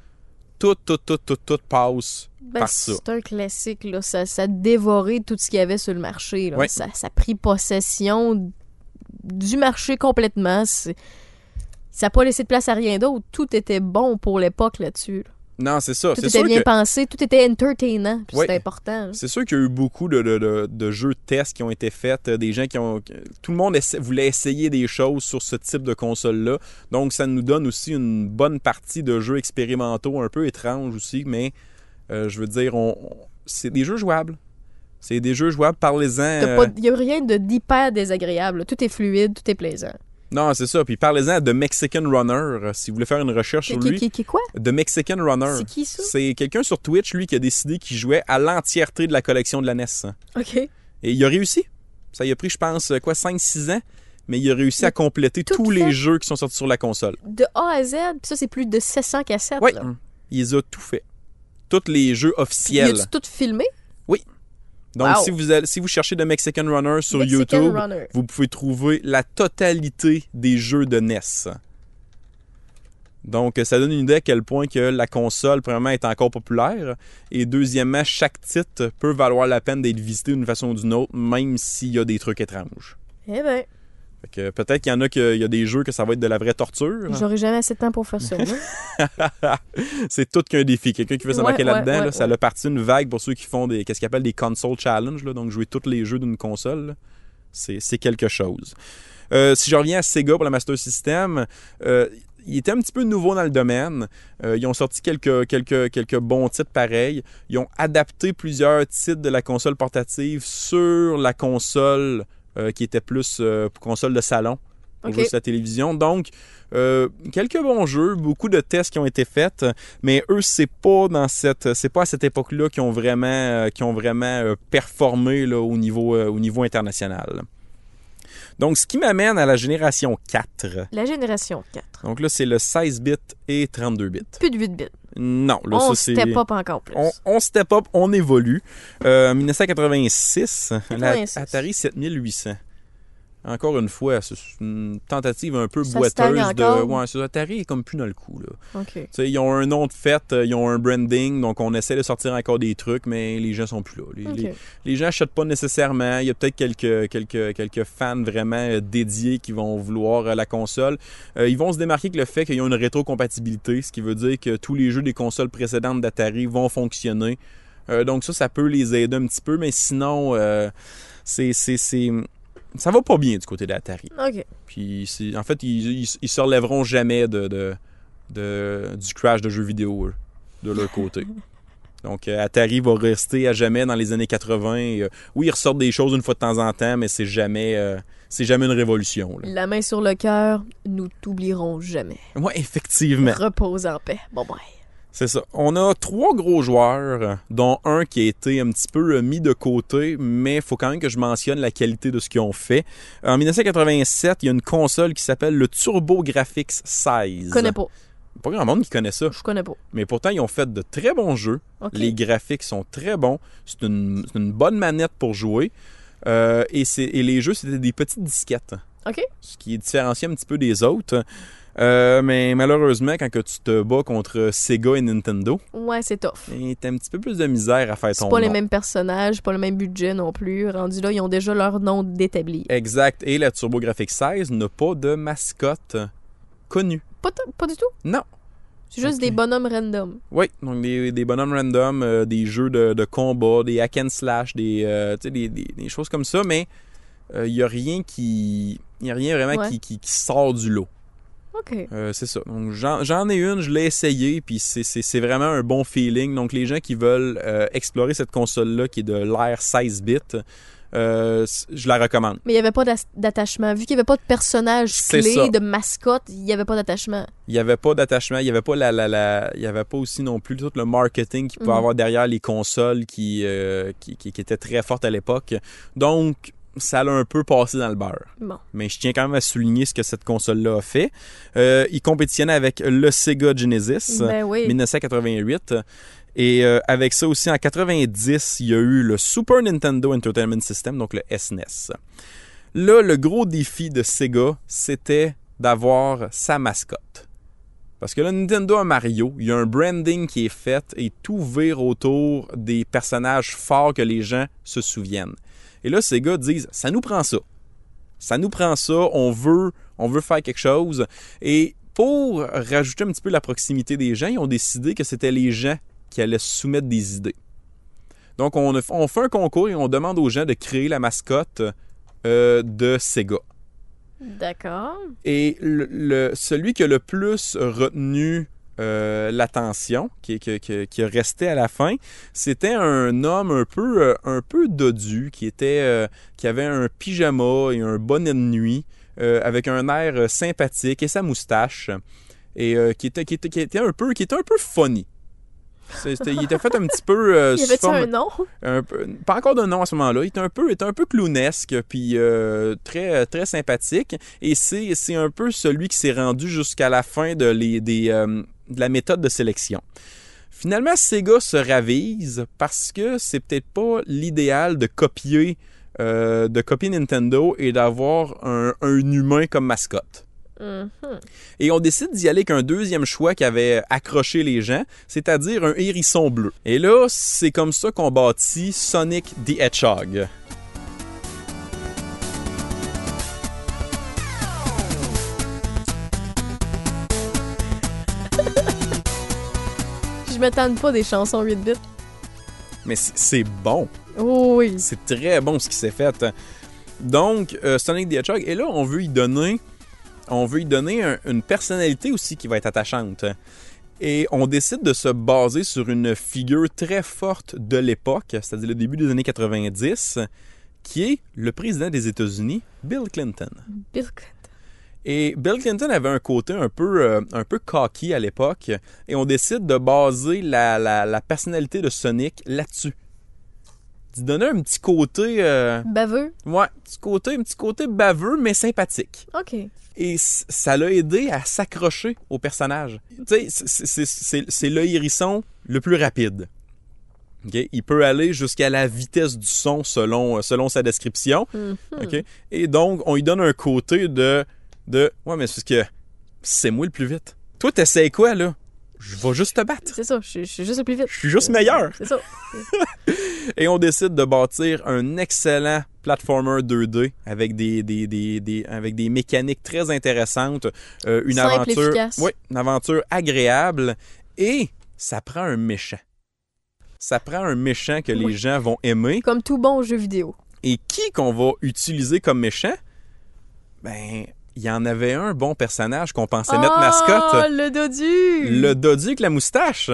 E: tout, tout, tout, tout, tout passe
D: Ben,
E: par ça.
D: c'est un classique, là. Ça, ça dévorait tout ce qu'il y avait sur le marché. Là.
E: Ouais.
D: Ça, ça a pris possession du marché complètement. C'est- Ça n'a pas laissé de place à rien d'autre. Tout était bon pour l'époque là-dessus. là.
E: Non, c'est
D: Tout
E: ça. Ah, C'est
D: était
E: sûr,
D: bien
E: que,
D: pensé, tout était entertainant. puis
E: Ouais.
D: C'est important. là.
E: c'est sûr qu'il y a eu beaucoup de, de, de, de jeux tests qui ont été faits, euh, des gens qui ont... que- Tout le monde essa- voulait essayer des choses sur ce type de console-là. Donc, ça nous donne aussi une bonne partie de jeux expérimentaux, un peu étranges aussi, mais euh, je veux dire, on, on- c'est des jeux jouables. C'est des jeux jouables, parlez-en...
D: T'as
E: euh,
D: pas- Il n'y a rien de- d'hyper désagréable. là. Tout est fluide, tout est plaisant.
E: Non, c'est ça. Puis parlez-en de Mexican Runner, euh, si vous voulez faire une recherche
D: Qui,
E: sur
D: qui,
E: lui.
D: qui- qui- quoi?
E: De Mexican Runner.
D: C'est qui ça?
E: C'est quelqu'un sur Twitch, lui, qui a décidé qu'il jouait à l'entièreté de la collection de la E NES.
D: OK.
E: Et il a réussi. Ça y a pris, je pense, euh, quoi, 5-6 ans. Mais il a réussi
D: Il a
E: à compléter
D: tout
E: tous
D: fait.
E: les jeux qui sont sortis sur la console.
D: De A à Z, puis ça, c'est plus de 700 cassettes.
E: Oui,
D: là.
E: il les a tout fait. Tous les jeux
D: Puis, y
E: officiels.
D: a-tu tout filmé?
E: Donc,
D: Wow.
E: si, vous allez- si vous cherchez The Mexican Runner sur
D: Mexican
E: YouTube,
D: Runner.
E: vous pouvez trouver la totalité des jeux de NES. Donc, ça donne une idée à quel point que la console, premièrement, est encore populaire. Et deuxièmement, chaque titre peut valoir la peine d'être visité d'une façon ou d'une autre, même s'il y a des trucs étranges.
D: Eh ben,
E: Fait que peut-être qu'il y en a que- il y a des jeux que ça va être de la vraie torture.
D: j'aurais jamais assez de temps pour faire ça. moi.
E: C'est tout qu'un défi. Quelqu'un qui veut se
D: Ouais,
E: marquer
D: ouais,
E: là-dedans,
D: ouais,
E: là, ça
D: ouais.
E: a parti une vague pour ceux qui font des qu'est-ce qu'ils appellent des console challenge, là, donc jouer tous les jeux d'une console. là. C'est c'est quelque chose. Euh, si je reviens à Sega pour la Master System, euh, ils étaient un petit peu nouveaux dans le domaine. Euh, ils ont sorti quelques, quelques, quelques bons titres pareils. Ils ont adapté plusieurs titres de la console portative sur la console euh, qui était plus euh, console de salon On
D: Ok.
E: joue sur la télévision. Donc, euh, quelques bons jeux, beaucoup de tests qui ont été faits, mais eux, c'est pas dans cette, c'est pas à cette époque-là qu'ils ont vraiment, euh, qu'ils ont vraiment euh, performé là, au, niveau, euh, au niveau international. Donc, ce qui m'amène à la génération 4.
D: La génération 4.
E: Donc là, c'est le 16 bits et 32 bits.
D: Plus de 8 bits.
E: Non, là,
D: on
E: ça, c'est...
D: step up encore plus.
E: On, on step up, on évolue. Euh, 1986, la
D: 86.
E: Atari 7800. Encore une fois, c'est une tentative un peu
D: Ça se
E: boiteuse
D: stagne
E: de.
D: encore?
E: Ouais, c'est- Atari est comme plus dans le coup. Là.
D: OK.
E: Tu sais, Ils ont un nom de fête, euh, ils ont un branding, donc on essaie de sortir encore des trucs, mais les gens sont plus là. Les,
D: OK.
E: les- les gens n'achètent pas nécessairement. Il y a peut-être quelques, quelques, quelques fans vraiment euh, dédiés qui vont vouloir euh, la console. Euh, ils vont se démarquer avec le fait qu'ils ont une rétrocompatibilité, ce qui veut dire que tous les jeux des consoles précédentes d'Atari vont fonctionner. Euh, donc ça, ça peut les aider un petit peu, mais sinon, euh, c'est, c'est, c'est... ça va pas bien du côté d'Atari.
D: OK.
E: Puis c'est- en fait, ils, ils, ils se relèveront jamais de, de- de- du crash de jeux vidéo, eux, de leur côté. Donc euh, Atari va rester à jamais dans les années 80. et, euh, oui, ils ressortent des choses une fois de temps en temps, mais c'est jamais, euh, c'est jamais une révolution. là.
D: La main sur le cœur, nous t'oublierons jamais.
E: Ouais, effectivement.
D: Repose en paix. Bon bye.
E: C'est ça. On a trois gros joueurs, euh, dont un qui a été un petit peu euh, mis de côté, mais faut quand même que je mentionne la qualité de ce qu'ils ont fait. En 1987, il y a une console qui s'appelle le Turbo Graphics 16.
D: Je connais pas.
E: Pas grand monde qui connaît ça.
D: Je connais pas.
E: Mais pourtant, ils ont fait de très bons jeux.
D: OK.
E: Les graphiques sont très bons. C'est une, c'est une bonne manette pour jouer. Euh, et, c'est- et les jeux, c'était des petites disquettes.
D: OK.
E: Ce qui différencie un petit peu des autres. Euh, mais malheureusement, quand que tu te bats contre Sega et Nintendo,
D: Ouais, c'est tough.
E: eh, t'as un petit peu plus de misère à faire
D: C'est
E: ton
D: pas les
E: nom.
D: mêmes personnages, pas le même budget non plus. Rendu là, ils ont déjà leur nom d'établi.
E: Eh. Exact. Et la TurboGrafx 16 n'a pas de mascotte connue.
D: Pas, t- pas du tout.
E: Non.
D: C'est juste
E: Ok.
D: des bonhommes random.
E: Oui, donc des, des bonhommes random, euh, des jeux de, de combat, des hack and slash, des, euh, tu sais, des, des- des choses comme ça, mais il n'y a rien qui. y a rien vraiment
D: Ouais.
E: qui, qui- qui sort du lot.
D: OK.
E: Euh, c'est ça. Donc j'en j'en ai une, je l'ai essayé, puis c'est- c'est c'est vraiment un bon feeling. Donc les gens qui veulent euh, explorer cette console-là, qui est de l'ère 16 bits, euh, c- je la recommande.
D: Mais il n'y avait pas d'as- d'attachement. Vu qu'il n'y avait pas de personnage
E: C'est ça.
D: clé, de mascotte, il n'y avait pas d'attachement.
E: il n'y avait pas d'attachement, il n'y avait pas la, la, la- il y avait pas aussi non plus tout le marketing qu'il peut
D: Mhm.
E: avoir derrière les consoles qui, euh, qui, qui, qui étaient très fortes à l'époque. Donc, ça l'a un peu passé dans le beurre.
D: Bon.
E: Mais je tiens quand même à souligner ce que cette console-là a fait. Euh, il compétitionnait avec le Sega Genesis.
D: Ben oui.
E: 1988. Et euh, avec ça aussi, en 90, il y a eu le Super Nintendo Entertainment System, donc le SNES. Là, le gros défi de Sega, c'était d'avoir sa mascotte. Parce que là, Nintendo a Mario, il y a un branding qui est fait et tout vire autour des personnages forts que les gens se souviennent. Et là, Sega disent, ça nous prend ça. Ça nous prend ça, on veut, on veut faire quelque chose. Et pour rajouter un petit peu la proximité des gens, ils ont décidé que c'était les gens qui allaient soumettre des idées. Donc, on, a- on fait un concours et on demande aux gens de créer la mascotte euh, de Sega.
D: D'accord.
E: Et le, le- celui qui a le plus retenu euh, l'attention, qui, qui, qui, qui est resté à la fin, c'était un homme un peu, euh, un peu dodu, qui, était, euh, qui avait un pyjama et un bonnet de nuit, euh, avec un air euh, sympathique et sa moustache, et euh, qui, était, qui, était, qui était un peu, qui était un peu funny. C'était- il était fait un petit peu... euh,
D: Il y
E: sous
D: avait-tu
E: forme-
D: un nom?
E: un peu- pas encore de nom à ce moment-là. Il est un peu, il est un peu clownesque, puis euh, très, très sympathique. Et c'est, c'est un peu celui qui s'est rendu jusqu'à la fin de, les, des, euh, de la méthode de sélection. Finalement, Sega se ravise parce que c'est peut-être pas l'idéal de copier, euh, de copier Nintendo et d'avoir un- un humain comme mascotte.
D: Mhm.
E: Et on décide d'y aller avec un deuxième choix qui avait accroché les gens, c'est-à-dire un hérisson bleu. Et là, c'est comme ça qu'on bâtit Sonic the Hedgehog.
D: Je m'étonne pas des chansons 8 bits.
E: Mais c'est- c'est bon.
D: Oh oui.
E: C'est très bon ce qui s'est fait. Donc, euh, Sonic the Hedgehog, et là, on veut y donner, on veut y donner un- une personnalité aussi qui va être attachante. Et on décide de se baser sur une figure très forte de l'époque, c'est-à-dire le début des années 90, qui est le président des États-Unis, Bill Clinton.
D: Bill Clinton.
E: Et Bill Clinton avait un côté un peu, euh, un peu cocky à l'époque, et on décide de baser la, la, la personnalité de Sonic là-dessus. D'y donner un petit côté, euh,
D: Baveux.
E: ouais, petit côté, un petit côté baveux mais sympathique.
D: OK.
E: Et c- ça l'a aidé à s'accrocher au personnage. Tu sais, c'est- c'est- c'est c'est le hérisson le plus rapide. OK? Il peut aller jusqu'à la vitesse du son selon, euh, selon sa description. OK? Et donc, on lui donne un côté de, de Ouais, mais c'est parce que c'est moi le plus vite. Toi, t'essayes quoi, là? Je vais juste te battre.
D: C'est ça, je suis- je suis juste le plus vite.
E: Je suis juste meilleur.
D: C'est ça.
E: Et on décide de bâtir un excellent platformer 2D avec des, des, des, des- avec des mécaniques très intéressantes. euh, une
D: Simple,
E: aventure.
D: efficace.
E: Oui, une aventure agréable. Et ça prend un méchant. Ça prend un méchant que les
D: Oui.
E: gens vont aimer.
D: Comme tout bon jeu vidéo.
E: Et qui qu'on va utiliser comme méchant? Ben, il y en avait un bon personnage qu'on pensait notre
D: oh,
E: mascotte.
D: le dodu!
E: Le dodu avec la moustache.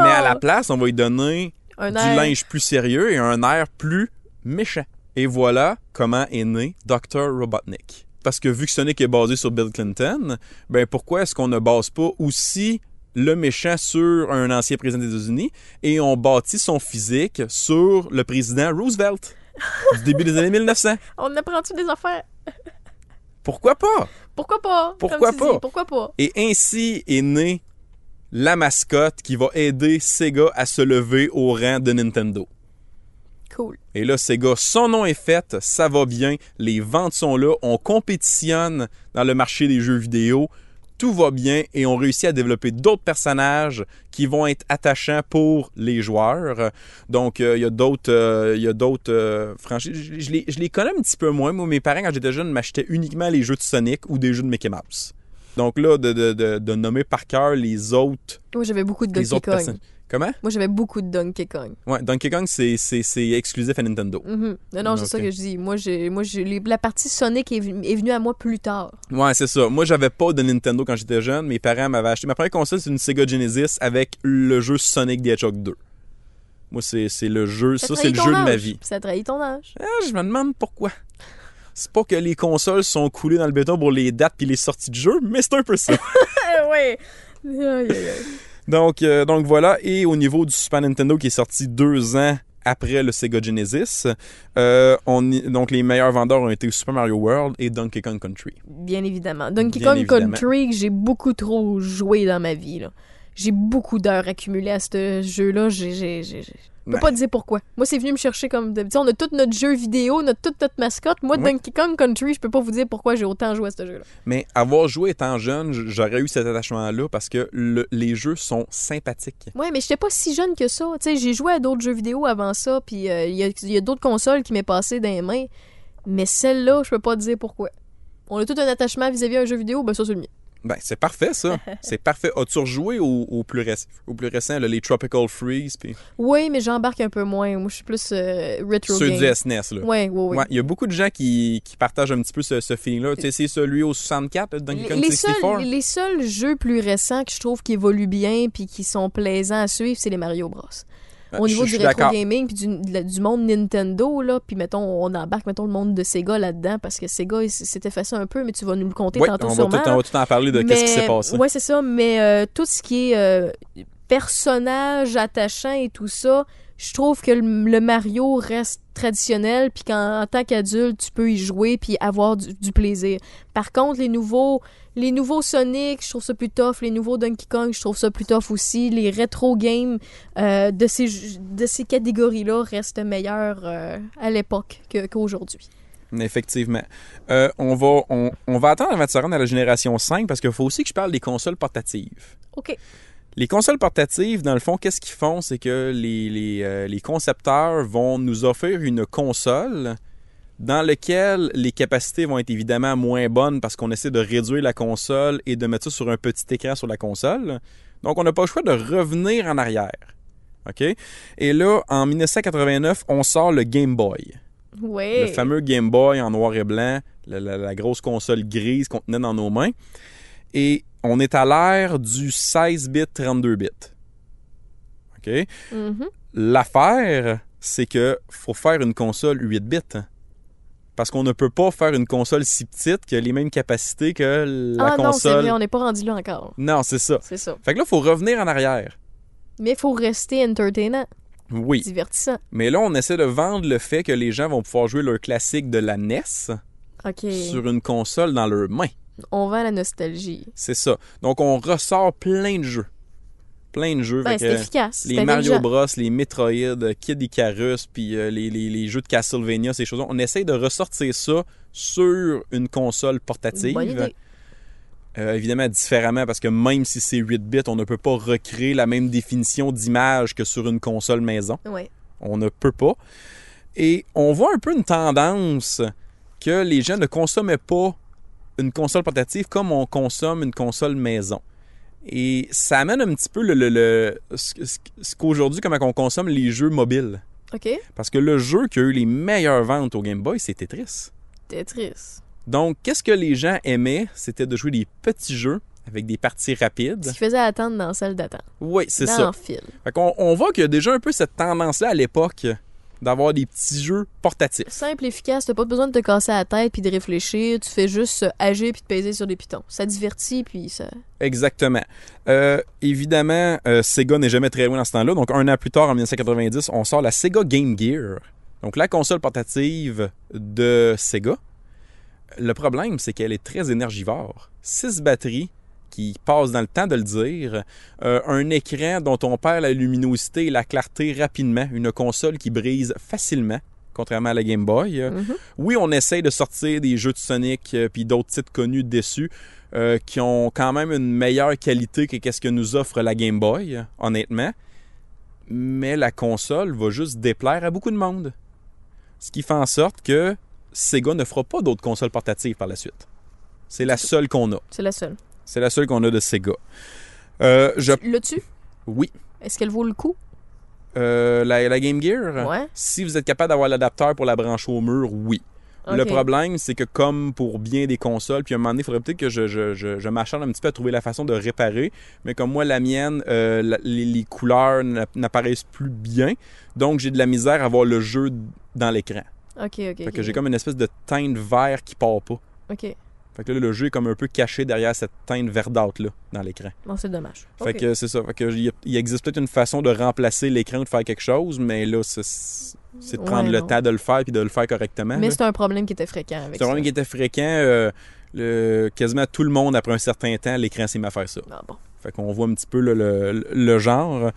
E: Mais à la place, on va lui donner
D: Un
E: du
D: air.
E: linge plus sérieux et un air plus méchant. Et voilà comment est né Dr. Robotnik. Parce que vu que Sonic est basé sur Bill Clinton, ben pourquoi est-ce qu'on ne base pas aussi le méchant sur un ancien président des États-Unis et on bâtit son physique sur le président Roosevelt du début des années 1900?
D: On apprend-tu des affaires?
E: Pourquoi pas?
D: Pourquoi pas? comme
E: Pourquoi
D: tu
E: pas?
D: dis, pourquoi pas?
E: Et ainsi est née la mascotte qui va aider Sega à se lever au rang de Nintendo.
D: Cool.
E: Et là, Sega, son nom est fait, ça va bien, les ventes sont là, on compétitionne dans le marché des jeux vidéo, tout va bien et on réussit à développer d'autres personnages qui vont être attachants pour les joueurs. Donc, euh, il y a d'autres euh, il y a d'autres euh, franchises. Je, je les, je les connais un petit peu moins. Moi, mes parents, quand j'étais jeune, m'achetaient uniquement les jeux de Sonic ou des jeux de Mickey Mouse. Donc là, de, de- de- de nommer par cœur les autres,
D: Moi, j'avais beaucoup de
E: les
D: Donkey
E: autres
D: Kong.
E: personnes. Comment?
D: Moi, j'avais beaucoup de Donkey Kong.
E: Ouais, Donkey Kong, c'est- c'est c'est exclusif à Nintendo.
D: Mhm. Non, non, c'est
E: Ok.
D: ça que je dis. Moi, j'ai, moi j'ai, les- la partie Sonic est, ven- est venue à moi plus tard.
E: Ouais, c'est ça. Moi, j'avais pas de Nintendo quand j'étais jeune. Mes parents m'avaient acheté. Ma première console, c'est une Sega Genesis avec le jeu Sonic the Hedgehog 2. Moi, c'est c'est le jeu. Ça, c'est
D: trahit
E: le
D: ton
E: jeu de ma
D: âge.
E: vie.
D: Ça trahit ton âge.
E: Ah, je me demande pourquoi. C'est pas que les consoles sont coulées dans le béton pour les dates puis les sorties de jeu, mais c'est un peu ça.
D: oui. Ah, Aïe, aïe, aïe.
E: donc, euh, donc voilà. Et au niveau du Super Nintendo qui est sorti deux ans après le Sega Genesis, euh, on y- donc les meilleurs vendeurs ont été Super Mario World et Donkey Kong Country.
D: Bien évidemment. Donkey
E: Bien
D: Kong
E: évidemment.
D: Country, que j'ai beaucoup trop joué dans ma vie. là. J'ai beaucoup d'heures accumulées à ce jeu-là. J'ai, j'ai, j'ai- j'ai- Je peux
E: Ouais.
D: pas te dire pourquoi. Moi, c'est venu me chercher comme. d'habitude. on a tout notre jeu vidéo, on a toute notre mascotte. Moi,
E: Ouais.
D: Donkey Kong Country, je peux pas vous dire pourquoi j'ai autant joué à ce jeu-là.
E: Mais avoir joué étant jeune, j- j'aurais eu cet attachement-là parce que le- les jeux sont sympathiques.
D: Ouais, mais j'étais pas si jeune que ça. Tu sais, j'ai joué à d'autres jeux vidéo avant ça, puis euh, il y a, il y a d'autres consoles qui m'est passé dans les mains. Mais celle-là, je peux pas te dire pourquoi. On a tout un attachement vis-à-vis un jeu vidéo, ben ça, c'est le mien.
E: Ben, c'est parfait, ça. c'est parfait. As-tu rejoué au, au plus, réc- au plus récent, là, les Tropical Freeze, puis
D: Oui, mais j'embarque un peu moins. Moi, je suis plus euh, retro
E: ceux
D: game.
E: du SNES, là?
D: Ouais, ouais, ouais.
E: Ouais, il y a beaucoup de gens qui, qui partagent un petit peu ce, ce feeling-là. Tu sais, c'est celui au 64, là, de Donkey
D: Les,
E: Kong
D: les
E: 64.
D: seuls, les seuls jeux plus récents que je trouve qui évoluent bien puis qui sont plaisants à suivre, c'est les Mario Bros.
E: Ben,
D: Au
E: je-
D: niveau
E: je
D: du
E: suis
D: rétro
E: d'accord.
D: gaming puis du, de la- du monde Nintendo là, puis mettons on embarque mettons le monde de Sega là-dedans parce que Sega il s- s'est effacé un peu, mais tu vas nous le compter
E: Ouais,
D: tantôt
E: on, va
D: sûrement.
E: tout, on va tout en parler de
D: Mais-
E: qu'est-ce qui s'est passé.
D: Ouais, c'est ça, mais euh, tout ce qui est euh, personnage attachant et tout ça, je trouve que le, le Mario reste traditionnel, puis qu'en en tant qu'adulte, tu peux y jouer puis avoir du, du plaisir. Par contre, les nouveaux, les nouveaux Sonic, je trouve ça plus tough. Les nouveaux Donkey Kong, je trouve ça plus tough aussi. Les rétro games euh, de ces, ju- de ces catégories-là restent meilleurs euh, à l'époque que- qu'aujourd'hui.
E: Effectivement. Euh, on, va, on, on va attendre avant de se rendre à la génération 5 parce qu'il faut aussi que je parle des consoles portatives.
D: OK.
E: Les consoles portatives, dans le fond, qu'est-ce qu'ils font? C'est que les, les, euh, les concepteurs vont nous offrir une console dans laquelle les capacités vont être évidemment moins bonnes parce qu'on essaie de réduire la console et de mettre ça sur un petit écran sur la console. Donc, on n'a pas le choix de revenir en arrière. OK? Et là, en 1989, on sort le Game Boy.
D: Ouais.
E: Le fameux Game Boy en noir et blanc, la, la- la grosse console grise qu'on tenait dans nos mains. Et on est à l'ère du 16 bits, 32 bits. OK?
D: Mhm.
E: L'affaire, c'est que faut faire une console 8 bits. hein. Parce qu'on ne peut pas faire une console si petite qui a les mêmes capacités que la
D: ah non, c'est
E: console.
D: vrai, on n'est pas rendu là encore.
E: non, c'est ça.
D: C'est ça.
E: Fait que là, faut revenir en arrière.
D: Mais il faut rester entertainant,
E: Oui.
D: divertissant.
E: Mais là, on essaie de vendre le fait que les gens vont pouvoir jouer leur classique de la NES
D: OK.
E: sur une console dans leur main.
D: On vend la nostalgie.
E: C'est ça. Donc, on ressort plein de jeux. Plein de jeux.
D: Ben,
E: Fait
D: c'est
E: que
D: efficace. c'est
E: les Mario
D: intelligent.
E: Bros, les Metroid, euh, Kid Icarus, puis euh, les, les- les jeux de Castlevania, ces choses-là. On essaie de ressortir ça sur une console portative.
D: Bonne idée.
E: Euh, évidemment, différemment, parce que même si c'est 8 bits, on ne peut pas recréer la même définition d'image que sur une console maison.
D: Ouais.
E: On ne peut pas. Et on voit un peu une tendance que les gens ne consommaient pas une console portative comme on consomme une console maison. Et ça amène un petit peu le, le- le- ce, ce- ce qu'aujourd'hui, comment on consomme les jeux mobiles.
D: OK.
E: Parce que le jeu qui a eu les meilleures ventes au Game Boy, c'est Tetris.
D: Tetris.
E: Donc, qu'est-ce que les gens aimaient? C'était de jouer des petits jeux avec des parties
D: Ce
E: rapides.
D: qui faisait attendre dans la salle d'attente.
E: Oui, c'est
D: dans
E: ça.
D: le fil.
E: Fait qu'on- on voit qu'il y a déjà un peu cette tendance-là à l'époque d'avoir des petits jeux portatifs.
D: Simple, efficace, t'as pas besoin de te casser la tête puis de réfléchir. Tu fais juste euh, agir puis de peser sur des pitons. Ça divertit puis ça.
E: Exactement. Euh, évidemment, euh, Sega n'est jamais très loin dans ce temps-là. Donc, un an plus tard, en 1990, on sort la Sega Game Gear. Donc, la console portative de Sega. Le problème, c'est qu'elle est très énergivore. Six batteries qui passent dans le temps de le dire. Euh, un écran dont on perd la luminosité et la clarté rapidement. Une console qui brise facilement, contrairement à la Game Boy. Euh,
D: Mhm.
E: Oui, on essaye de sortir des jeux de Sonic euh, puis d'autres titres connus dessus euh, qui ont quand même une meilleure qualité que qu'est-ce que nous offre la Game Boy, euh, honnêtement. Mais la console va juste déplaire à beaucoup de monde. Ce qui fait en sorte que Sega ne fera pas d'autres consoles portatives par la suite. C'est la seule qu'on a.
D: C'est la seule.
E: C'est la seule qu'on a de Sega. Euh, je...
D: L'as-tu?
E: Oui.
D: Est-ce qu'elle vaut le coup?
E: Euh, la, la Game Gear,
D: Ouais.
E: si vous êtes capable d'avoir l'adapteur pour la brancher au mur, oui. Le
D: Ok.
E: problème, c'est que comme pour bien des consoles, puis à un moment donné, il faudrait peut-être que je, je, je, je m'acharne un petit peu à trouver la façon de réparer. Mais comme moi, la mienne, euh, la- les, les couleurs n'a- n'apparaissent plus bien. Donc, j'ai de la misère à voir le jeu dans l'écran.
D: Ok, ok.
E: Fait
D: ok.
E: que j'ai comme une espèce de teinte vert qui part pas.
D: Ok.
E: Fait que là, le jeu est comme un peu caché derrière cette teinte verdâtre-là dans l'écran.
D: Bon, c'est dommage.
E: Fait
D: Ok.
E: que c'est ça. Fait que il y a- il existe peut-être une façon de remplacer l'écran ou de faire quelque chose, mais là, c'est- c'est de
D: Ouais,
E: prendre le
D: non.
E: temps de le faire puis de le faire correctement.
D: Mais
E: hein, là.
D: c'est un problème qui était fréquent avec
E: C'est
D: ça.
E: un problème qui était fréquent. euh, le- quasiment tout le monde, après un certain temps, l'écran s'est mis à faire ça.
D: Ah bon.
E: Fait qu'on voit un petit peu le, le- le genre.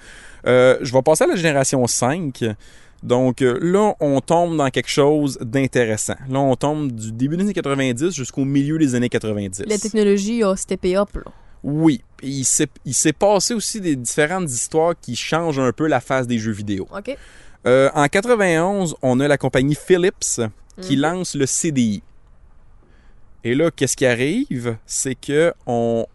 E: Euh, je vais passer à la génération 5. Donc euh, là, on tombe dans quelque chose d'intéressant. Là, on tombe du début des années 90 jusqu'au milieu des années 90.
D: La technologie a steppé up, là.
E: Oui. Il s'est il s'est passé aussi des différentes histoires qui changent un peu la face des jeux vidéo.
D: OK.
E: Euh, en 91, on a la compagnie Philips qui
D: Mhm.
E: lance le CDI. Et là, qu'est-ce qui arrive? C'est que on,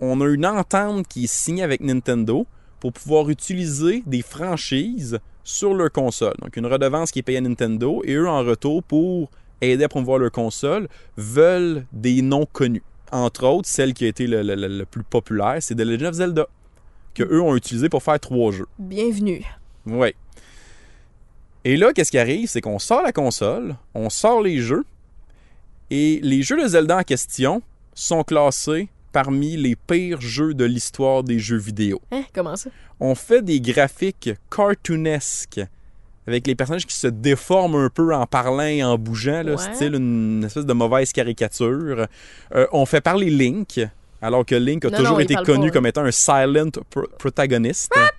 E: on a une entente qui est signée avec Nintendo pour pouvoir utiliser des franchises sur leur console. Donc, une redevance qui est payée à Nintendo et eux, en retour, pour aider à promouvoir leur console, veulent des noms connus. Entre autres, celle qui a été le, le- le- le plus populaire, c'est The Legend of Zelda, que eux ont utilisé pour faire trois jeux.
D: Bienvenue.
E: Oui. Et là, qu'est-ce qui arrive? C'est qu'on sort la console, on sort les jeux, et les jeux de Zelda en question sont classés parmi les pires jeux de l'histoire des jeux vidéo.
D: Hein? Comment ça?
E: On fait des graphiques cartoonesques avec les personnages qui se déforment un peu en parlant et en bougeant, là,
D: Ouais.
E: style une espèce de mauvaise caricature. Euh, on fait parler Link, alors que Link a
D: Non,
E: toujours
D: non, il
E: été
D: parle
E: connu
D: pas, hein.
E: comme étant un silent pro- protagoniste.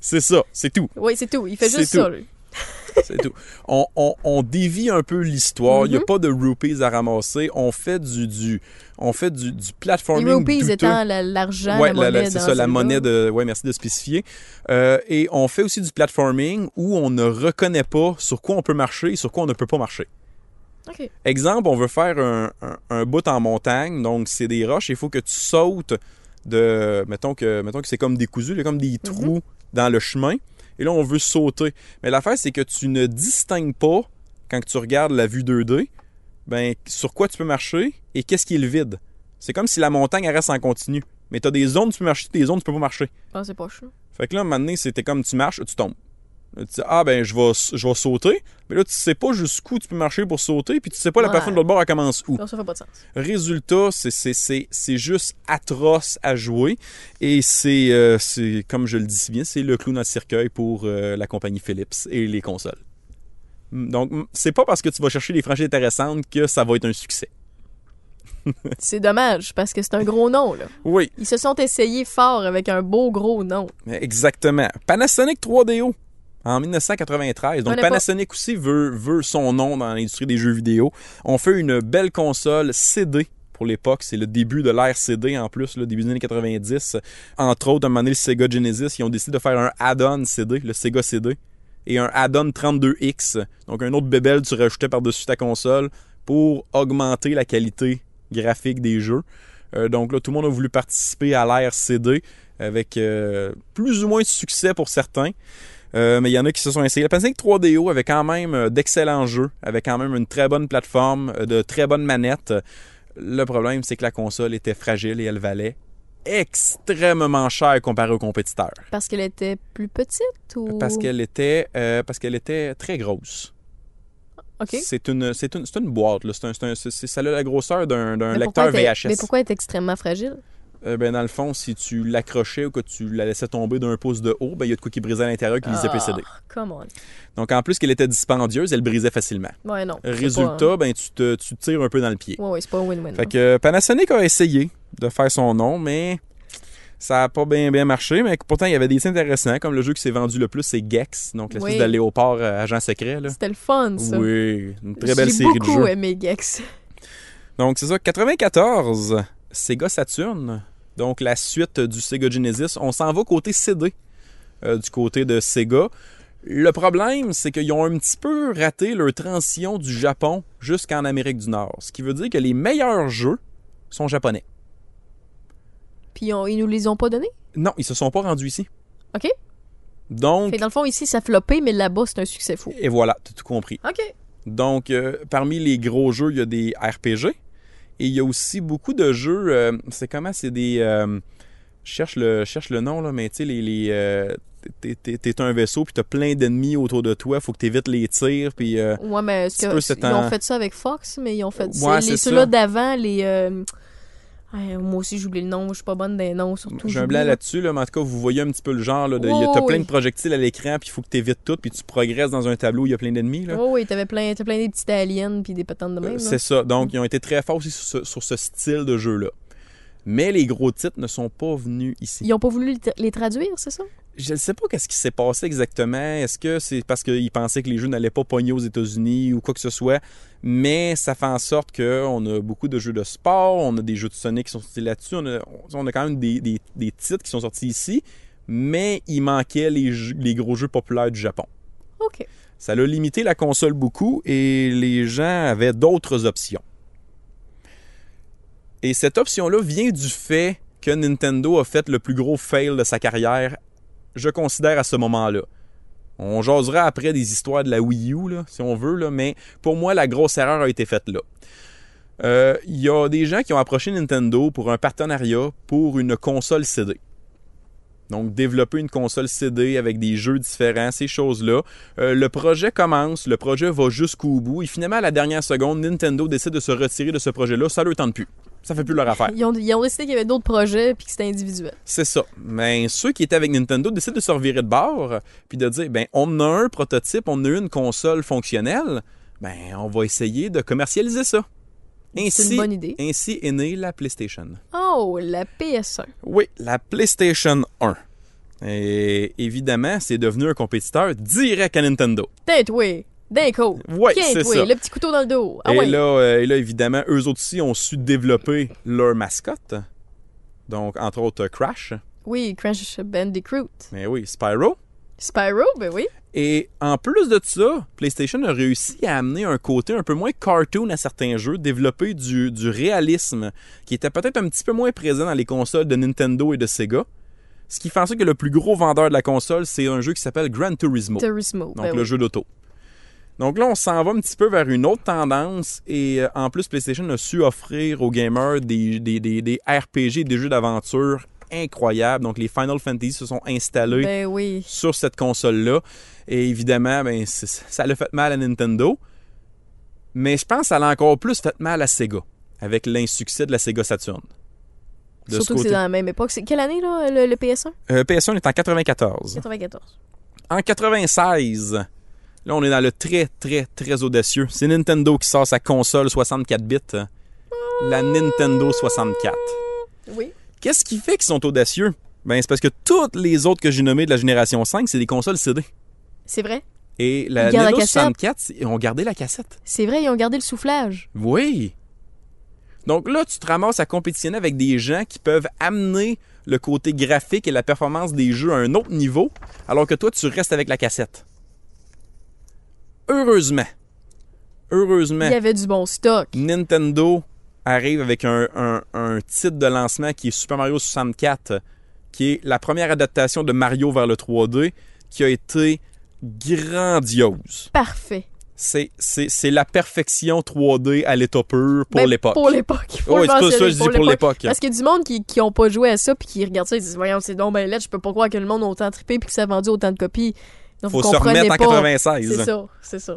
E: C'est ça, c'est tout.
D: Oui, c'est tout. Il fait
E: C'est
D: juste
E: tout.
D: ça, lui.
E: C'est tout. On, on- on dévie un peu l'histoire.
D: Mm-hmm.
E: Il n'y a pas de rupees à ramasser. On fait du, du, on fait du, du platforming
D: Les rupees
E: douteux.
D: étant la- l'argent,
E: Ouais,
D: la
E: la-
D: monnaie.
E: la- c'est
D: dans
E: ça, la
D: Zelda.
E: monnaie de. Ouais, merci de spécifier. Euh, et on fait aussi du platforming où on ne reconnaît pas sur quoi on peut marcher et sur quoi on ne peut pas marcher.
D: OK.
E: Exemple, on veut faire un, un- un bout en montagne, donc c'est des roches, il faut que tu sautes de. Mettons que, mettons que c'est comme des cousus, il y a comme des trous dans le chemin, et là on veut sauter. Mais l'affaire, c'est que tu ne distingues pas, quand tu regardes la vue 2D, ben, sur quoi tu peux marcher et qu'est-ce qui est le vide. C'est comme si la montagne elle reste en continu. Mais tu as des zones où tu peux marcher, des zones où tu peux pas marcher.
D: Ah, c'est pas chaud.
E: Fait que là, à un moment donné, c'était comme tu marches, tu tombes. Tu dis, ah ben je vais, s- je vais sauter. Mais là, tu sais pas jusqu'où tu peux marcher pour sauter, puis tu sais pas la
D: Ouais.
E: personne de l'autre bord, elle commence où.
D: Non, ça fait pas de sens.
E: Résultat, c'est- c'est- c'est c'est juste atroce à jouer. Et c'est, euh, c'est, comme je le dis si bien, c'est le clown à cercueil pour euh, la compagnie Philips et les consoles. Mm, Donc, mm, c'est pas parce que tu vas chercher des franchises intéressantes que ça va être un succès.
D: C'est dommage, parce que c'est un gros nom, là.
E: Oui,
D: Ils se sont essayés fort avec un beau gros nom.
E: exactement. Panasonic 3DO en 1993. Donc,
D: On est pas-
E: Panasonic aussi veut, veut son nom dans l'industrie des jeux vidéo. On fait une belle console CD pour l'époque. C'est le début de l'ère CD en plus, le début des années 90. Entre autres, à un moment donné, le Sega Genesis, ils ont décidé de faire un add-on CD, le Sega CD, et un add-on 32X. Donc, un autre bébel que tu rajoutais par-dessus ta console pour augmenter la qualité graphique des jeux. Euh, donc là, tout le monde a voulu participer à l'ère CD avec euh, plus ou moins de succès pour certains. Euh, mais il y en a qui se sont essayés. La Panasonic 3DO avait quand même euh, d'excellents jeux, avait quand même une très bonne plateforme, euh, de très bonnes manettes. Le problème, c'est que la console était fragile et elle valait extrêmement cher comparé aux compétiteurs.
D: Parce qu'elle était plus petite ou.
E: Parce qu'elle était, euh, parce qu'elle était très grosse.
D: OK.
E: C'est une, c'est une, c'est une boîte. Là. C'est un, c'est un- c'est- ça a la grosseur d'un, d'un
D: Mais pourquoi
E: lecteur
D: elle était-
E: VHS.
D: Mais pourquoi elle est extrêmement fragile?
E: Euh, ben, dans le fond, si tu l'accrochais ou que tu la laissais tomber d'un pouce de haut, ben, il y a de quoi qui brisait à l'intérieur qui lisait
D: Ah,
E: PCD.
D: Come on.
E: Donc, en plus qu'elle était dispendieuse, elle brisait facilement.
D: Ouais, non. c'est
E: Résultat, ben, tu, te, tu te tires un peu dans le pied.
D: Pas... hein. Ouais, ouais, c'est pas un win-win.
E: Fait
D: non.
E: que euh, Panasonic a essayé de faire son nom, mais ça n'a pas bien, bien marché. Mais pourtant, il y avait des titres intéressants, comme le jeu qui s'est vendu le plus, c'est Gex, donc l'espèce
D: Oui.
E: de léopard euh, agent secret. Là.
D: C'était le fun, ça.
E: Oui, une très belle
D: J'ai
E: série de
D: beaucoup
E: jeux.
D: aimé Gex.
E: Donc, c'est ça, 94, Sega Saturn. Donc, la suite du Sega Genesis. On s'en va côté CD, euh, du côté de Sega. Le problème, c'est qu'ils ont un petit peu raté leur transition du Japon jusqu'en Amérique du Nord. Ce qui veut dire que les meilleurs jeux sont japonais.
D: Puis on- ils nous les ont pas donnés.
E: Non, ils se sont pas rendus ici.
D: OK.
E: Donc,
D: Fait que dans le fond, ici, ça flopait, mais là-bas, c'est un succès fou.
E: et voilà, t'as tout compris.
D: OK.
E: Donc, euh, parmi les gros jeux, il y a des RPG. Et il y a aussi beaucoup de jeux. euh, c'est comment C'est des. euh, je cherche le, je cherche le nom, là, mais tu sais, les. les euh, t'es- t'es t'es un vaisseau, puis t'as plein d'ennemis autour de toi. Faut que t'évites les tirs, puis. euh,
D: Ouais, mais est-ce
E: Petit
D: que-
E: peu, c'est
D: ils
E: un-
D: ont fait ça avec Fox, mais ils ont fait c'est
E: Ouais, c'est
D: les
E: ça.
D: ceux-là d'avant, les euh, ouais, moi aussi j'oublie le nom, moi, je suis pas bonne des noms surtout.
E: J'ai un
D: j'oublie,
E: blanc
D: là.
E: là-dessus, là, mais en tout cas, vous voyez un petit peu le genre. Là, de, il y a-
D: Oui,
E: t'as
D: oui,
E: plein
D: oui.
E: de projectiles à l'écran, puis il faut que t'évites tout, puis tu progresses dans un tableau, il y a plein d'ennemis. là.
D: Oh oui, t'avais plein, t'as plein des petites aliens puis des patentes de même.
E: Euh,
D: là.
E: C'est ça. Donc, ils ont été très forts aussi sur ce, sur ce style de jeu-là. Mais les gros titres ne sont pas venus ici.
D: Ils ont pas voulu les tra- les traduire, c'est ça
E: Je ne sais pas qu'est-ce qui s'est passé exactement. Est-ce que c'est parce qu'ils pensaient que les jeux n'allaient pas pogner aux États-Unis ou quoi que ce soit? Mais ça fait en sorte qu'on a beaucoup de jeux de sport, on a des jeux de Sonic qui sont sortis là-dessus, on a, on a quand même des, des- des titres qui sont sortis ici, mais il manquait les, jeux- les gros jeux populaires du Japon.
D: OK.
E: Ça l'a limité la console beaucoup et les gens avaient d'autres options. Et cette option-là vient du fait que Nintendo a fait le plus gros fail de sa carrière, je considère à ce moment-là. On jasera après des histoires de la Wii U, là, si on veut, là, mais pour moi, la grosse erreur a été faite là. Euh, Il y a des gens qui ont approché Nintendo pour un partenariat pour une console CD. Donc, développer une console CD avec des jeux différents, ces choses-là. Euh, le projet commence, le projet va jusqu'au bout, et finalement, à la dernière seconde, Nintendo décide de se retirer de ce projet-là. Ça ne le tente plus. Ça fait plus leur affaire.
D: Ils ont, ils ont décidé qu'il y avait d'autres projets puis que c'était individuel.
E: C'est ça. Mais ceux qui étaient avec Nintendo décident de se revirer de bord, puis de dire, ben, on a un prototype, on a une console fonctionnelle, ben, on va essayer de commercialiser ça.
D: C'est
E: Ainsi,
D: une bonne idée.
E: ainsi est née la PlayStation.
D: Oh, la PS1.
E: Oui, la PlayStation 1. Et évidemment, c'est devenu un compétiteur direct à Nintendo.
D: Tête oui. D'un coup.
E: Ouais,
D: Quinte,
E: c'est
D: oui,
E: ça.
D: Le petit couteau dans le dos. Ah
E: et,
D: ouais.
E: là, euh, et là, évidemment, eux autres aussi ont su développer leur mascotte. Donc, entre autres, Crash.
D: Oui, Crash Bandicoot.
E: Mais oui, Spyro.
D: Spyro, ben oui.
E: Et en plus de ça, PlayStation a réussi à amener un côté un peu moins cartoon à certains jeux, développer du, du réalisme qui était peut-être un petit peu moins présent dans les consoles de Nintendo et de Sega. Ce qui fait en sorte que le plus gros vendeur de la console, c'est un jeu qui s'appelle Gran Turismo,
D: Turismo.
E: Oh. donc
D: ben
E: le
D: oui.
E: jeu d'auto. Donc là, on s'en va un petit peu vers une autre tendance et euh, en plus, PlayStation a su offrir aux gamers des, des, des, des RPG, des jeux d'aventure incroyables. Donc les Final Fantasy se sont installés
D: Ben oui.
E: sur cette console-là. Et évidemment, ben, c'est- ça l'a fait mal à Nintendo. Mais je pense que ça l'a encore plus fait mal à Sega, avec l'insuccès de la Sega Saturn. De ce
D: Surtout que c'est
E: côté-
D: dans la même époque. C'est quelle année, là, le, le PS1?
E: Euh, PS1 est en 94.
D: 94.
E: En 96, là, on est dans le très, très, très audacieux. C'est Nintendo qui sort sa console 64 bits, euh, la Nintendo 64.
D: Oui.
E: Qu'est-ce qui fait qu'ils sont audacieux? Ben, c'est parce que toutes les autres que j'ai nommées de la génération 5, c'est des consoles CD.
D: C'est vrai.
E: Et la
D: Ils gardent la
E: Nintendo
D: cassette.
E: 64, c'est- ils ont gardé la cassette.
D: C'est vrai, ils ont gardé le soufflage.
E: Oui. Donc là, tu te ramasses à compétitionner avec des gens qui peuvent amener le côté graphique et la performance des jeux à un autre niveau, alors que toi, tu restes avec la cassette. Heureusement, heureusement,
D: Il y avait du bon stock.
E: Nintendo arrive avec un, un- un titre de lancement qui est Super Mario 64, qui est la première adaptation de Mario vers le 3D, qui a été grandiose
D: Parfait.
E: c'est, c'est, c'est la perfection 3D à l'état pur pour
D: Ben,
E: l'époque.
D: Pour l'époque. Faut
E: Oui,
D: le
E: c'est ça, ça,
D: mentionner,
E: je dis pour l'époque. hein.
D: Parce qu'il y a du monde qui, qui ont pas joué à ça puis qui regardent ça et disent Voyons, c'est donc ben là, je peux pas croire que le monde a autant trippé puis que ça a vendu autant de copies. Donc,
E: Faut
D: vous
E: se
D: comprenez
E: remettre en hein.
D: pas.
E: 96.
D: C'est ça, c'est ça.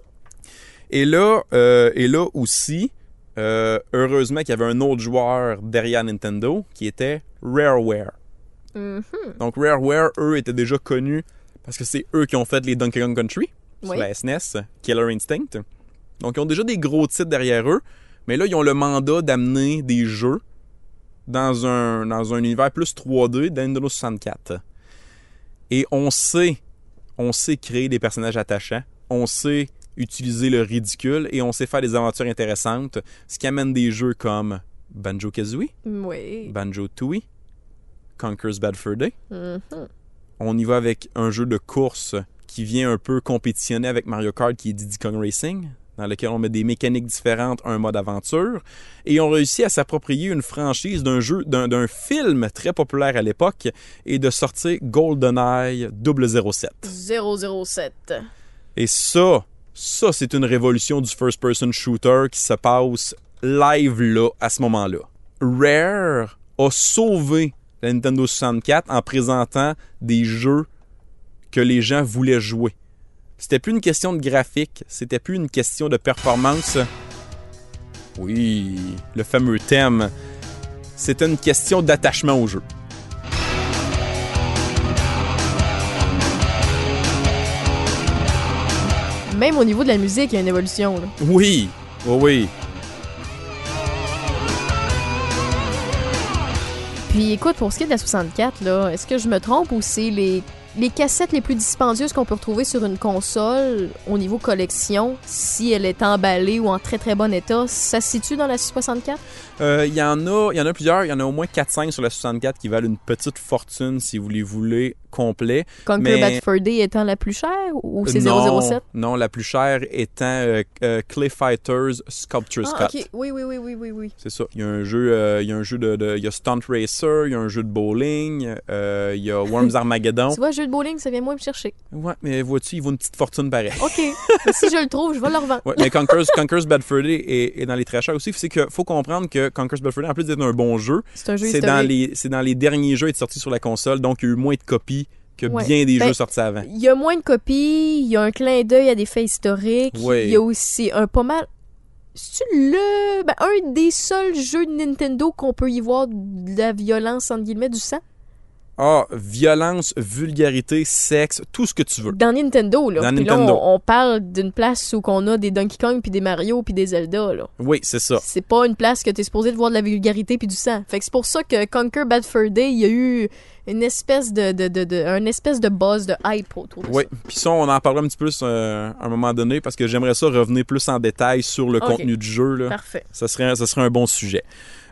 E: Et là, euh, et là aussi, euh, heureusement qu'il y avait un autre joueur derrière Nintendo qui était Rareware.
D: Mhm.
E: Donc Rareware, eux, étaient déjà connus parce que c'est eux qui ont fait les Donkey Kong Country sur
D: Oui.
E: la SNES, Killer Instinct. Donc ils ont déjà des gros titres derrière eux, mais là ils ont le mandat d'amener des jeux dans un, dans un univers plus 3D dans Nintendo 64. Et on sait, on sait créer des personnages attachants, on sait utiliser le ridicule et on sait faire des aventures intéressantes, ce qui amène des jeux comme Banjo-Kazooie,
D: Oui.
E: Banjo Tooie, Conker's Bad Fur Day.
D: Mhm.
E: On y va avec un jeu de course qui vient un peu compétitionner avec Mario Kart qui est Diddy Kong Racing, dans lequel on met des mécaniques différentes, un mode aventure, et on réussit à s'approprier une franchise d'un jeu, d'un d'un film très populaire à l'époque, et de sortir GoldenEye 007.
D: 007.
E: Et ça, ça c'est une révolution du first-person shooter qui se passe live là, à ce moment-là. Rare a sauvé la Nintendo 64 en présentant des jeux que les gens voulaient jouer. C'était plus une question de graphique, c'était plus une question de performance. Oui, le fameux thème. C'était une question d'attachement au jeu.
D: Même au niveau de la musique, il y a une évolution. là.
E: Oui, oui, oui.
D: Puis écoute, pour ce qui est de la 64, là, est-ce que je me trompe ou c'est les, les cassettes les plus dispendieuses qu'on peut retrouver sur une console au niveau collection, si elle est emballée ou en très très bon état, ça se situe dans la 64?
E: Euh, Il y en a, il y en a plusieurs, il y en a au moins 4-5 sur la 64 qui valent une petite fortune si vous les voulez complet.
D: Conquer
E: Mais-
D: Bad Fur Day étant la plus chère ou c'est
E: non,
D: 007?
E: non, la plus chère étant euh, euh, Clay Fighters Sculpture's
D: Ah,
E: Cut.
D: ok. Oui, oui, oui, oui, oui, oui.
E: C'est ça. Il y a un jeu, euh, il y a un jeu de, de- il y a Stunt Racer, il y a un jeu de bowling, euh, il y a Worms Armageddon.
D: Tu vois, jeu de bowling, ça vient moins me chercher.
E: Ouais, mais vois-tu, il vaut une petite fortune pareil.
D: OK. Mais si je le trouve, je vais le revendre.
E: Ouais, mais Conker's, Conker's Bad Fur Day est, est dans les très chers aussi. C'est que faut comprendre que Conker's Bad Fur Day, en plus d'être un bon jeu,
D: C'est un jeu
E: c'est
D: historique.
E: dans les, c'est dans les derniers jeux à être sortis sur la console, donc il y a eu moins de copies que
D: Ouais.
E: bien des
D: Ben,
E: jeux sortis avant.
D: Il y a moins de copies, il y a un clin d'œil à des faits historiques,
E: Oui.
D: il y a aussi un pas mal. C'est le ben, un des seuls jeux de Nintendo qu'on peut y voir de la violence entre guillemets du sang
E: Ah, violence, vulgarité, sexe, tout ce que tu veux.
D: dans Nintendo là.
E: Dans
D: Puis là,
E: Nintendo.
D: on, on parle d'une place où qu'on a des Donkey Kong puis des Mario puis des Zelda là.
E: Oui, c'est ça.
D: C'est pas une place que t'es supposé de voir de la vulgarité puis du sang. Fait que c'est pour ça que Conquer Bad Fur Day, il y a eu une espèce de, de, de, de- un espèce de buzz de hype autour de
E: Oui,
D: ça.
E: puis ça, on en parlera un petit peu plus euh, à un moment donné parce que j'aimerais ça revenir plus en détail sur le
D: Ok.
E: contenu du jeu. Là.
D: Parfait.
E: Ça, serait, un- ça serait un bon sujet.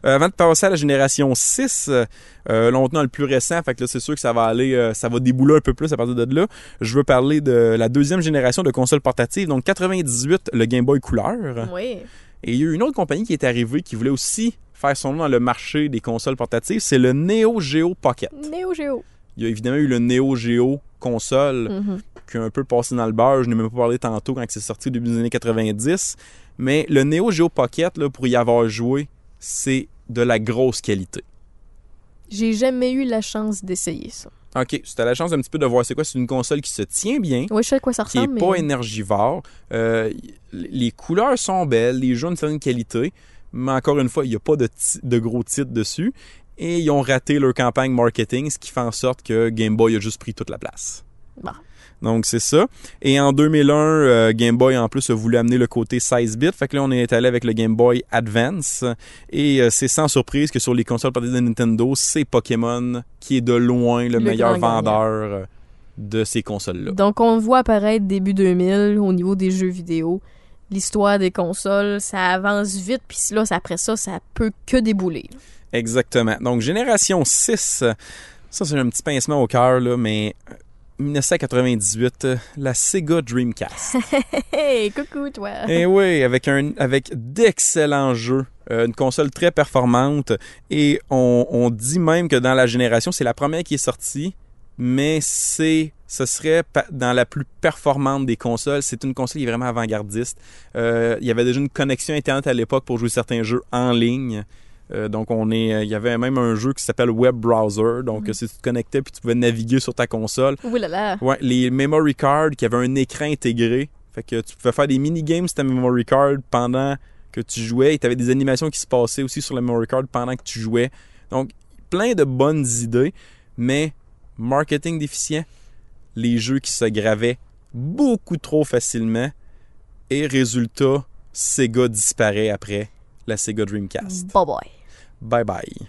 E: Euh, avant de passer à la génération 6, euh, euh, longtemps le plus récent, fait que là, c'est sûr que ça va aller, euh, ça va débouler un peu plus à partir de là. Je veux parler de la deuxième génération de consoles portatives, donc 98, le Game Boy couleur.
D: Oui.
E: Et il y a eu une autre compagnie qui est arrivée qui voulait aussi faire son nom dans le marché des consoles portatives, c'est le Neo Geo Pocket.
D: Neo Geo.
E: Il y a évidemment eu le Neo Geo console
D: Mhm.
E: qui a un peu passé dans le beurre. Je n'ai même pas parlé tantôt quand c'est sorti au début des années 90. Mais le Neo Geo Pocket, là, pour y avoir joué, c'est de la grosse qualité.
D: J'ai jamais eu la chance d'essayer ça.
E: OK, si tu as la chance un petit peu de voir c'est quoi, c'est une console qui se tient bien,
D: Oui, je sais à quoi ça
E: qui n'est
D: ressemble.
E: pas
D: mais-
E: énergivore. Euh, y- les couleurs sont belles, les jeux ont une certaine qualité, mais encore une fois, il n'y a pas de, ti- de gros titres dessus. Et ils ont raté leur campagne marketing, ce qui fait en sorte que Game Boy a juste pris toute la place.
D: Bon.
E: Donc, c'est ça. Et en 2001, euh, Game Boy, en plus, a voulu amener le côté 16 bits. Fait que là, on est allé avec le Game Boy Advance. Et euh, c'est sans surprise que sur les consoles parties de Nintendo, c'est Pokémon qui est de loin le,
D: Le
E: meilleur
D: grand gagnant.
E: vendeur euh, de ces consoles-là.
D: Donc, on le voit apparaître début 2000 au niveau des jeux vidéo. L'histoire des consoles, ça avance vite, puis là, ça- après ça, ça peut que débouler.
E: Exactement. Donc, génération 6, euh, ça c'est un petit pincement au cœur, là, mais euh, 1998, euh, la Sega Dreamcast.
D: Hey, coucou, toi!
E: Eh oui, avec, un, avec d'excellents jeux, euh, une console très performante, et on, on dit même que dans la génération, c'est la première qui est sortie, mais c'est ce serait pa- dans la plus performante des consoles. C'est une console qui est vraiment avant-gardiste. Euh, il y avait déjà une connexion Internet à l'époque pour jouer certains jeux en ligne. Euh, donc, on est, euh, il y avait même un jeu qui s'appelle Web Browser. Donc, euh, si tu te connectais puis tu pouvais naviguer sur ta console,
D: Ouh là là!
E: Ouais, les memory cards qui avaient un écran intégré. Fait que tu pouvais faire des mini-games sur ta memory card pendant que tu jouais. Et tu avais des animations qui se passaient aussi sur la memory card pendant que tu jouais. Donc, plein de bonnes idées, mais marketing déficient, les jeux qui se gravaient beaucoup trop facilement. Et résultat, Sega disparaît après la Sega Dreamcast.
D: Bye bye!
E: Bye bye.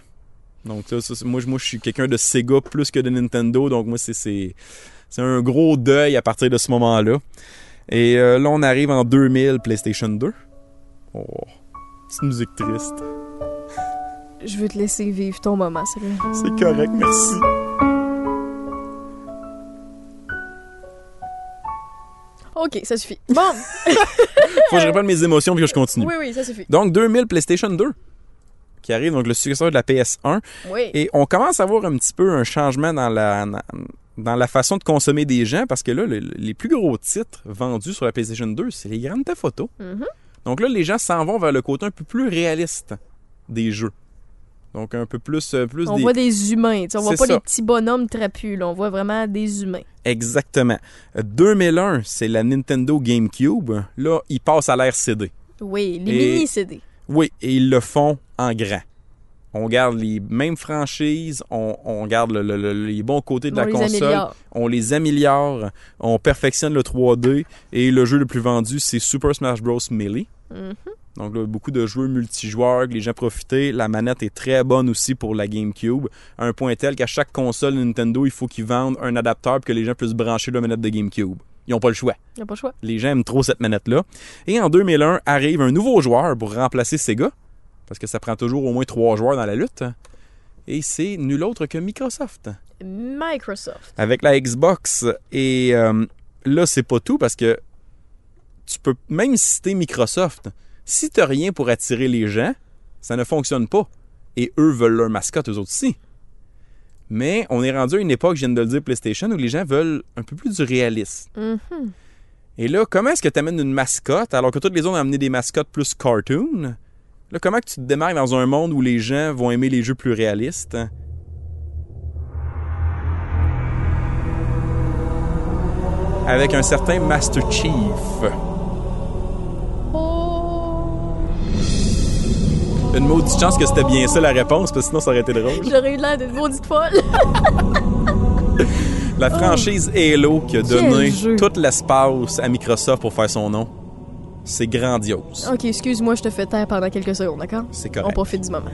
E: Donc là, ça, c'est- moi, je- moi, je suis quelqu'un de Sega plus que de Nintendo, donc moi, c'est- c'est c'est un gros deuil à partir de ce moment-là. Et euh, là, on arrive en 2000, PlayStation 2. Oh, petite musique triste.
D: Je veux te laisser vivre ton moment, sérieux.
E: C'est correct, merci.
D: Ok, ça suffit. Bon!
E: Faut que je répète mes émotions puis que je continue.
D: oui, oui, ça suffit.
E: Donc, 2000, PlayStation 2 qui arrive, donc le successeur de la PS1.
D: Oui.
E: Et on commence à voir un petit peu un changement dans la, dans la façon de consommer des gens parce que là, le- les plus gros titres vendus sur la PlayStation 2, c'est les grandes photos.
D: Mhm.
E: Donc là, les gens s'en vont vers le côté un peu plus réaliste des jeux. Donc un peu plus, euh, plus
D: On
E: des...
D: voit des humains, tu sais, on voit
E: C'est
D: pas
E: ça.
D: les petits bonhommes trapus, là, on voit vraiment des humains.
E: Exactement. Euh, 2001, c'est la Nintendo GameCube. Là, ils passent à l'ère CD.
D: Oui, les
E: Et-
D: mini-CD.
E: Oui, et ils le font en grand. On garde les mêmes franchises, on, on garde le- le- le- les bons côtés de
D: On
E: la
D: les
E: console,
D: améliore.
E: on les améliore, on perfectionne le 3D et le jeu le plus vendu, c'est Super Smash Bros. Melee.
D: Mhm.
E: Donc là, beaucoup de jeux multijoueurs que les gens profitaient. La manette est très bonne aussi pour la GameCube. À un point tel qu'à chaque console Nintendo, il faut qu'ils vendent un adapteur pour que les gens puissent brancher la manette de GameCube. Ils n'ont pas le choix.
D: Y a pas le choix.
E: Les gens aiment trop cette manette-là. Et en 2001, arrive un nouveau joueur pour remplacer Sega, parce que ça prend toujours au moins trois joueurs dans la lutte. Et c'est nul autre que Microsoft,
D: Microsoft.
E: avec la Xbox. Et euh, là, c'est pas tout, parce que tu peux, même si t'es Microsoft, si t'as rien pour attirer les gens, ça ne fonctionne pas. Et eux veulent leur mascotte, eux autres aussi. Mais on est rendu à une époque, je viens de le dire, PlayStation, où les gens veulent un peu plus du réalisme.
D: Mhm.
E: Et là, comment est-ce que tu amènes une mascotte alors que toutes les autres ont amené des mascottes plus cartoon? Là, comment que tu te démarques dans un monde où les gens vont aimer les jeux plus réalistes? hein, Avec un certain Master Chief.
D: Oh!
E: Une maudite chance que c'était bien ça la réponse, parce que sinon ça aurait été drôle.
D: J'aurais eu l'air d'une maudite folle.
E: La franchise Halo qui a
D: Oh. Quel
E: donné
D: jeu.
E: tout l'espace à Microsoft pour faire son nom, c'est grandiose.
D: ok, excuse-moi, je te fais taire pendant quelques secondes, d'accord?
E: C'est
D: On
E: correct.
D: profite du moment.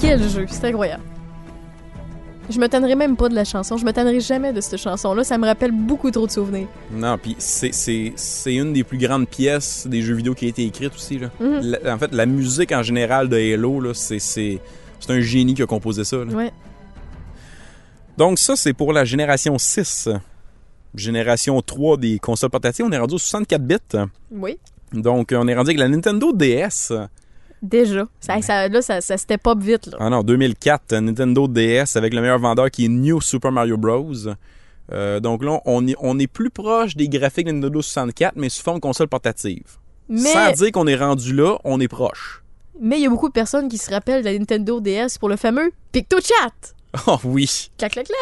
D: Quel jeu, c'est incroyable. Je me tannerai même pas de la chanson, je me tannerai jamais de cette chanson-là, ça me rappelle beaucoup trop de souvenirs.
E: Non, puis c'est- c'est c'est une des plus grandes pièces des jeux vidéo qui a été écrite aussi. Là.
D: Mhm.
E: La- en fait, la musique en général de Halo, là, c'est c'est- c'est un génie qui a composé ça. là.
D: Ouais.
E: Donc ça, c'est pour la génération 6. Génération 3 des consoles portatives, on est rendu aux 64 bits.
D: Oui.
E: Donc, on est rendu avec la Nintendo DS.
D: Déjà. Ça, ça- là, ça, ça step up vite. Là.
E: Ah non, 2004, euh, Nintendo DS avec le meilleur vendeur qui est New Super Mario Bros. Euh, donc là, on est, on est plus proche des graphiques de Nintendo 64, mais sous forme console portative. Sans
D: Mais
E: dire qu'on est rendu là, on est proche.
D: mais il y a beaucoup de personnes qui se rappellent de la Nintendo DS pour le fameux PictoChat.
E: Oh oui.
D: Clac, clac, clac.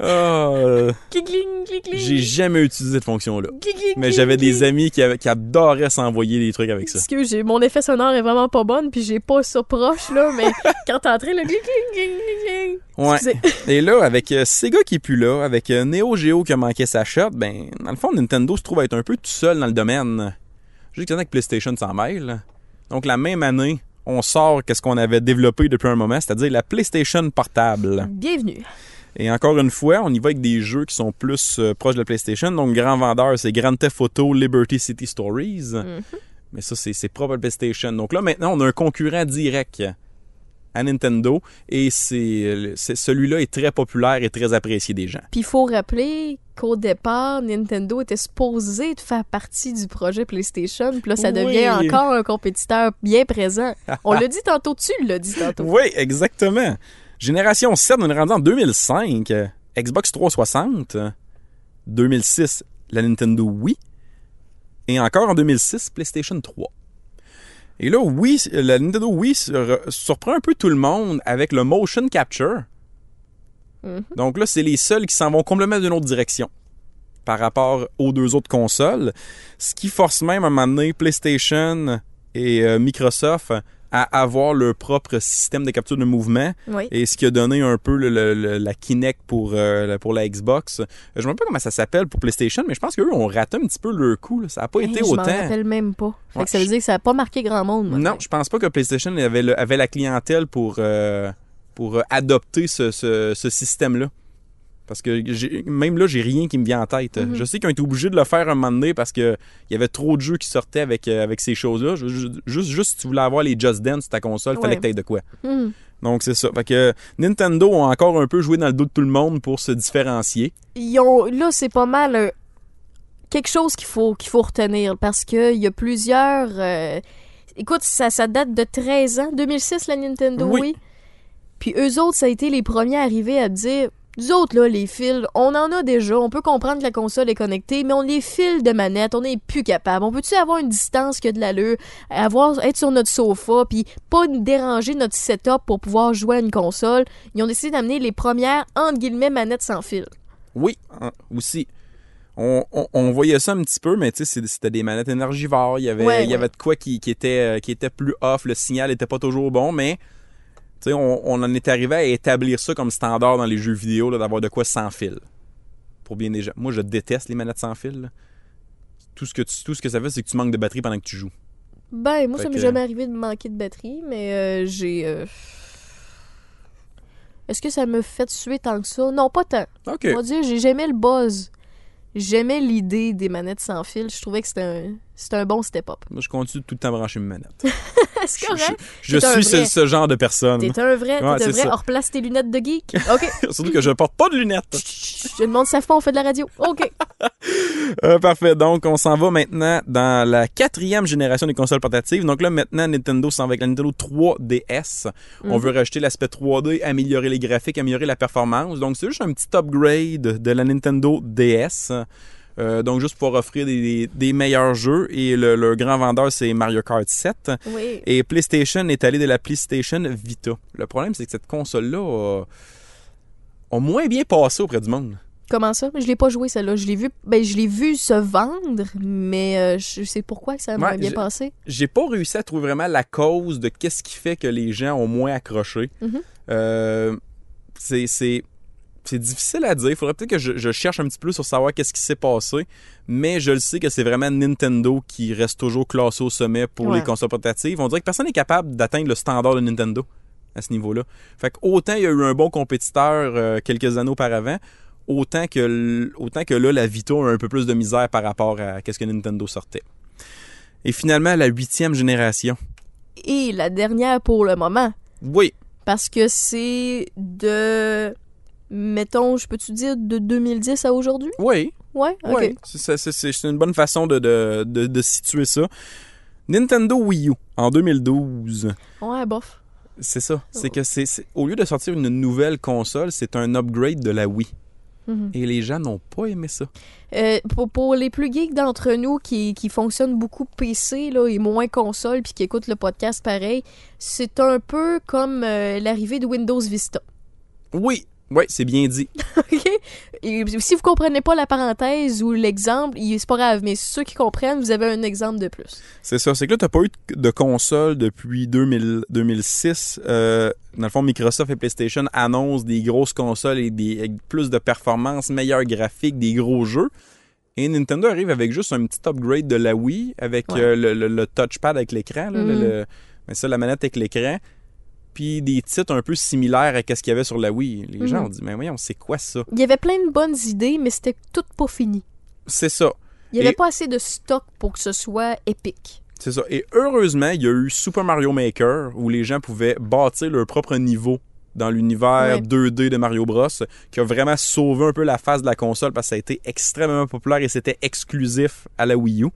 E: Ah, euh,
D: Clic, clic, clic, clic.
E: J'ai jamais utilisé cette fonction-là.
D: Clic, clic,
E: Mais
D: clic,
E: j'avais
D: clic.
E: des amis qui, avaient- qui adoraient s'envoyer des trucs avec ça.
D: Parce que j'ai mon effet sonore est vraiment pas bonne, puis j'ai pas ça proche, là, mais quand t'entrais, le clic, clic, clic, clic, clic.
E: Ouais.
D: Excusez.
E: Et là, avec euh, Sega qui est plus là, avec euh, Neo Geo qui a manqué sa shot, ben, dans le fond, Nintendo se trouve à être un peu tout seul dans le domaine. Juste qu'il y en a que PlayStation s'en mêle. Donc, la même année, on sort qu'est-ce qu'on avait développé depuis un moment, c'est-à-dire la PlayStation portable.
D: Bienvenue.
E: Et encore une fois, on y va avec des jeux qui sont plus euh, proches de la PlayStation. Donc, grand vendeur, c'est Grand Theft Auto, Liberty City Stories. Mais ça, c'est c'est propre à la PlayStation. Donc là, maintenant, on a un concurrent direct à Nintendo. Et c'est c'est- celui-là est très populaire et très apprécié des gens.
D: Puis il faut rappeler qu'au départ, Nintendo était supposé de faire partie du projet PlayStation, puis là, ça
E: Oui.
D: devient encore un compétiteur bien présent. On l'a dit tantôt, tu l'as dit tantôt.
E: Oui, exactement. Génération 7, on est rendu en 2005. euh, Xbox 360. euh, 2006, la Nintendo Wii. Et encore en 2006, PlayStation 3. Et là, oui, la Nintendo Wii sur- surprend un peu tout le monde avec le motion capture.
D: Mm-hmm.
E: Donc là, c'est les seuls qui s'en vont complètement d'une autre direction par rapport aux deux autres consoles. Ce qui force même à un moment donné PlayStation et euh, Microsoft à avoir leur propre système de capture de mouvement
D: Oui.
E: et ce qui a donné un peu le- le- le- la Kinect pour, euh, la- pour la Xbox. Euh, Je ne sais pas comment ça s'appelle pour PlayStation, mais je pense qu'eux ont raté un petit peu leur coup. là. Ça n'a pas
D: Hey,
E: été
D: je m'en
E: autant.
D: rappelle même pas. Fait
E: Ouais,
D: que ça veut
E: je-
D: dire que ça a pas marqué grand monde. moi.
E: Non, je pense pas que PlayStation avait, le- avait la clientèle pour, euh, pour euh, adopter ce, ce- ce système-là. Parce que j'ai- même là, j'ai rien qui me vient en tête. Je sais qu'ils ont été obligés de le faire un moment donné parce qu'il y avait trop de jeux qui sortaient avec, euh, avec ces choses-là. Ju- ju- Juste, juste si tu voulais avoir les Just Dance sur ta console, il fallait
D: Ouais.
E: que tu de quoi.
D: Mhm.
E: Donc c'est ça. Fait que Nintendo a encore un peu joué dans le dos de tout le monde pour se différencier.
D: Ils ont- là, c'est pas mal euh, quelque chose qu'il faut, qu'il faut retenir parce qu'il y a plusieurs. euh, écoute, ça, ça date de 13 ans, 2006, la Nintendo,
E: Oui.
D: oui. Puis eux autres, ça a été les premiers arrivés à dire. Nous autres, là, les fils, on en a déjà. On peut comprendre que la console est connectée, mais on les fils de manette, on n'est plus capable. On peut-tu avoir une distance que de l'allure, avoir, être sur notre sofa, puis pas nous déranger notre setup pour pouvoir jouer à une console? Ils ont décidé d'amener les premières, entre guillemets, manettes sans fil.
E: Oui, hein, aussi. On, on- on voyait ça un petit peu, mais tu sais, c'est- c'était des manettes énergivores. Il y avait,
D: Ouais,
E: il y avait de quoi qui, qui était, euh, qui était plus off. Le signal n'était pas toujours bon, mais tu sais, on, on en est arrivé à établir ça comme standard dans les jeux vidéo, là, d'avoir de quoi sans fil. Pour bien des gens. Moi, je déteste les manettes sans fil. là. Tout ce, que tu- tout ce que ça fait, c'est que tu manques de batterie pendant que tu joues.
D: Ben, moi,
E: Fait
D: ça m'est
E: que-
D: jamais arrivé de manquer de batterie, mais euh, j'ai. euh, Est-ce que ça me fait suer tant que ça? Non, pas tant.
E: OK.
D: On va dire, j'ai- j'aimais le buzz. J'aimais l'idée des manettes sans fil. Je trouvais que c'était un, c'était un bon step-up.
E: Moi, je continue de tout le temps brancher mes manettes.
D: C'est
E: Je,
D: correct.
E: je- je
D: T'es un
E: suis ce,
D: vrai.
E: ce genre de personne.
D: T'es un vrai,
E: Ouais,
D: t'es
E: c'est
D: un vrai.
E: ça.
D: Hors place tes lunettes de geek. OK.
E: Surtout que je porte pas de lunettes.
D: Je demande ça pas, on fait de la radio. OK.
E: Euh, parfait. Donc, on s'en va maintenant dans la quatrième génération des consoles portatives. Donc là, maintenant, Nintendo s'en va avec la Nintendo 3DS. On veut rajouter l'aspect 3D, améliorer les graphiques, améliorer la performance. Donc, c'est juste un petit upgrade de la Nintendo DS. Euh, donc, juste pour offrir des, des- des meilleurs jeux. Et le, le grand vendeur, c'est Mario Kart 7.
D: Oui.
E: Et PlayStation est allé de la PlayStation Vita. Le problème, c'est que cette console-là a- a moins bien passé auprès du monde.
D: Comment ça? Je l'ai pas joué, celle-là. Je l'ai vu, ben, je l'ai vu se vendre, mais euh, je sais pourquoi que ça m'a
E: Ouais,
D: bien
E: je-
D: passé.
E: j'ai pas réussi à trouver vraiment la cause de qu'est-ce qui fait que les gens ont moins accroché.
D: Mhm.
E: Euh, c'est- c'est c'est difficile à dire. Il faudrait peut-être que je, je cherche un petit peu sur savoir qu'est-ce qui s'est passé. Mais je le sais que c'est vraiment Nintendo qui reste toujours classé au sommet pour
D: Ouais.
E: les consoles portatives. On dirait que personne n'est capable d'atteindre le standard de Nintendo à ce niveau-là. Fait que autant il y a eu un bon compétiteur euh, quelques années auparavant, autant que, l- autant que là, la Vita a un peu plus de misère par rapport à quest ce que Nintendo sortait. Et finalement, la huitième génération.
D: Et la dernière pour le moment.
E: Oui,
D: Parce que c'est de. Mettons, je peux-tu dire de 2010 à aujourd'hui?
E: oui,
D: Ouais? Ok.
E: oui. C'est- C'est c'est- c'est une bonne façon de, de, de- de situer ça. Nintendo Wii U. en 2012.
D: Ouais, bof.
E: C'est ça. C'est que c'est c'est- au lieu de sortir une nouvelle console, c'est un upgrade de la Wii.
D: Mhm.
E: Et les gens n'ont pas aimé ça.
D: Euh, pour, pour les plus geeks d'entre nous qui, qui fonctionnent beaucoup PC là, et moins console puis qui écoutent le podcast pareil, c'est un peu comme euh, l'arrivée de Windows Vista.
E: Oui, oui, c'est bien dit.
D: OK? Et si vous comprenez pas la parenthèse ou l'exemple, il- c'est pas grave, mais ceux qui comprennent, vous avez un exemple de plus.
E: C'est ça. C'est que là, t'as pas eu de- de console depuis 2000 2006. Euh, dans le fond, Microsoft et PlayStation annoncent des grosses consoles et des, avec plus de performances, meilleurs graphiques, des gros jeux. Et Nintendo arrive avec juste un petit upgrade de la Wii avec
D: Ouais.
E: euh, le, le- le touchpad avec l'écran, là, le-
D: Mm.
E: le- mais ça, la manette avec l'écran. Puis des titres un peu similaires à ce qu'il y avait sur la Wii. Les gens
D: Mhm.
E: ont dit, mais voyons, c'est quoi ça?
D: Il y avait plein de bonnes idées, mais c'était tout pas fini.
E: C'est ça.
D: Il y avait
E: Et-
D: pas assez de stock pour que ce soit épique.
E: C'est ça. Et heureusement, il y a eu Super Mario Maker où les gens pouvaient bâtir leur propre niveau dans l'univers
D: Ouais.
E: 2D de Mario Bros. qui a vraiment sauvé un peu la face de la console parce que ça a été extrêmement populaire et c'était exclusif à la Wii U.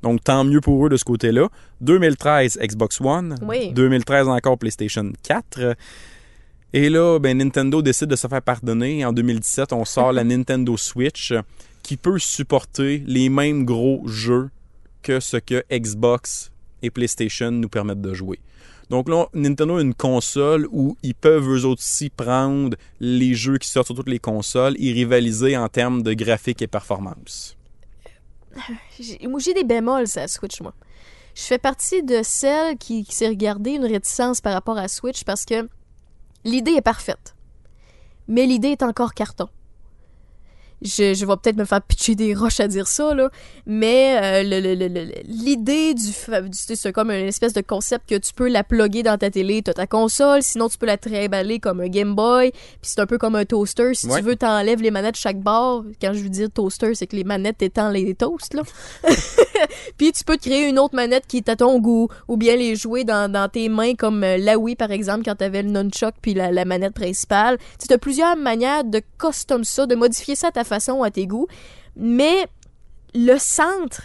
E: Donc tant mieux pour eux de ce côté-là. 2013 Xbox One,
D: Oui.
E: 2013 encore PlayStation 4. Et là, ben, Nintendo décide de se faire pardonner. En 2017, on sort la Nintendo Switch qui peut supporter les mêmes gros jeux que ce que Xbox et PlayStation nous permettent de jouer. Donc là, Nintendo a une console où ils peuvent eux autres aussi prendre les jeux qui sortent sur toutes les consoles et rivaliser en termes de graphique et performance.
D: J'ai moi, j'ai des bémols à la Switch, moi. Je fais partie de celle qui, qui s'est regardée une réticence par rapport à la Switch parce que l'idée est parfaite. Mais l'idée est encore carton. Je, je vais peut-être me faire pitcher des roches à dire ça, là. Mais euh, le- le- le- le- l'idée du. fa- du- C'est c'est comme une espèce de concept que tu peux la plugger dans ta télé, t'as ta console. Sinon, tu peux la trimballer comme un Game Boy. Puis c'est un peu comme un toaster. Si
E: Ouais.
D: tu veux, t'enlèves les manettes chaque bord. Quand je veux dire toaster, c'est que les manettes étant les toasts, là. Puis tu peux te créer une autre manette qui est à ton goût, ou bien les jouer dans, dans tes mains, comme euh, la Wii par exemple, quand t'avais le nunchuck puis la, la manette principale. Tu as plusieurs manières de custom ça, de modifier ça à ta façon, à tes goûts. Mais le centre,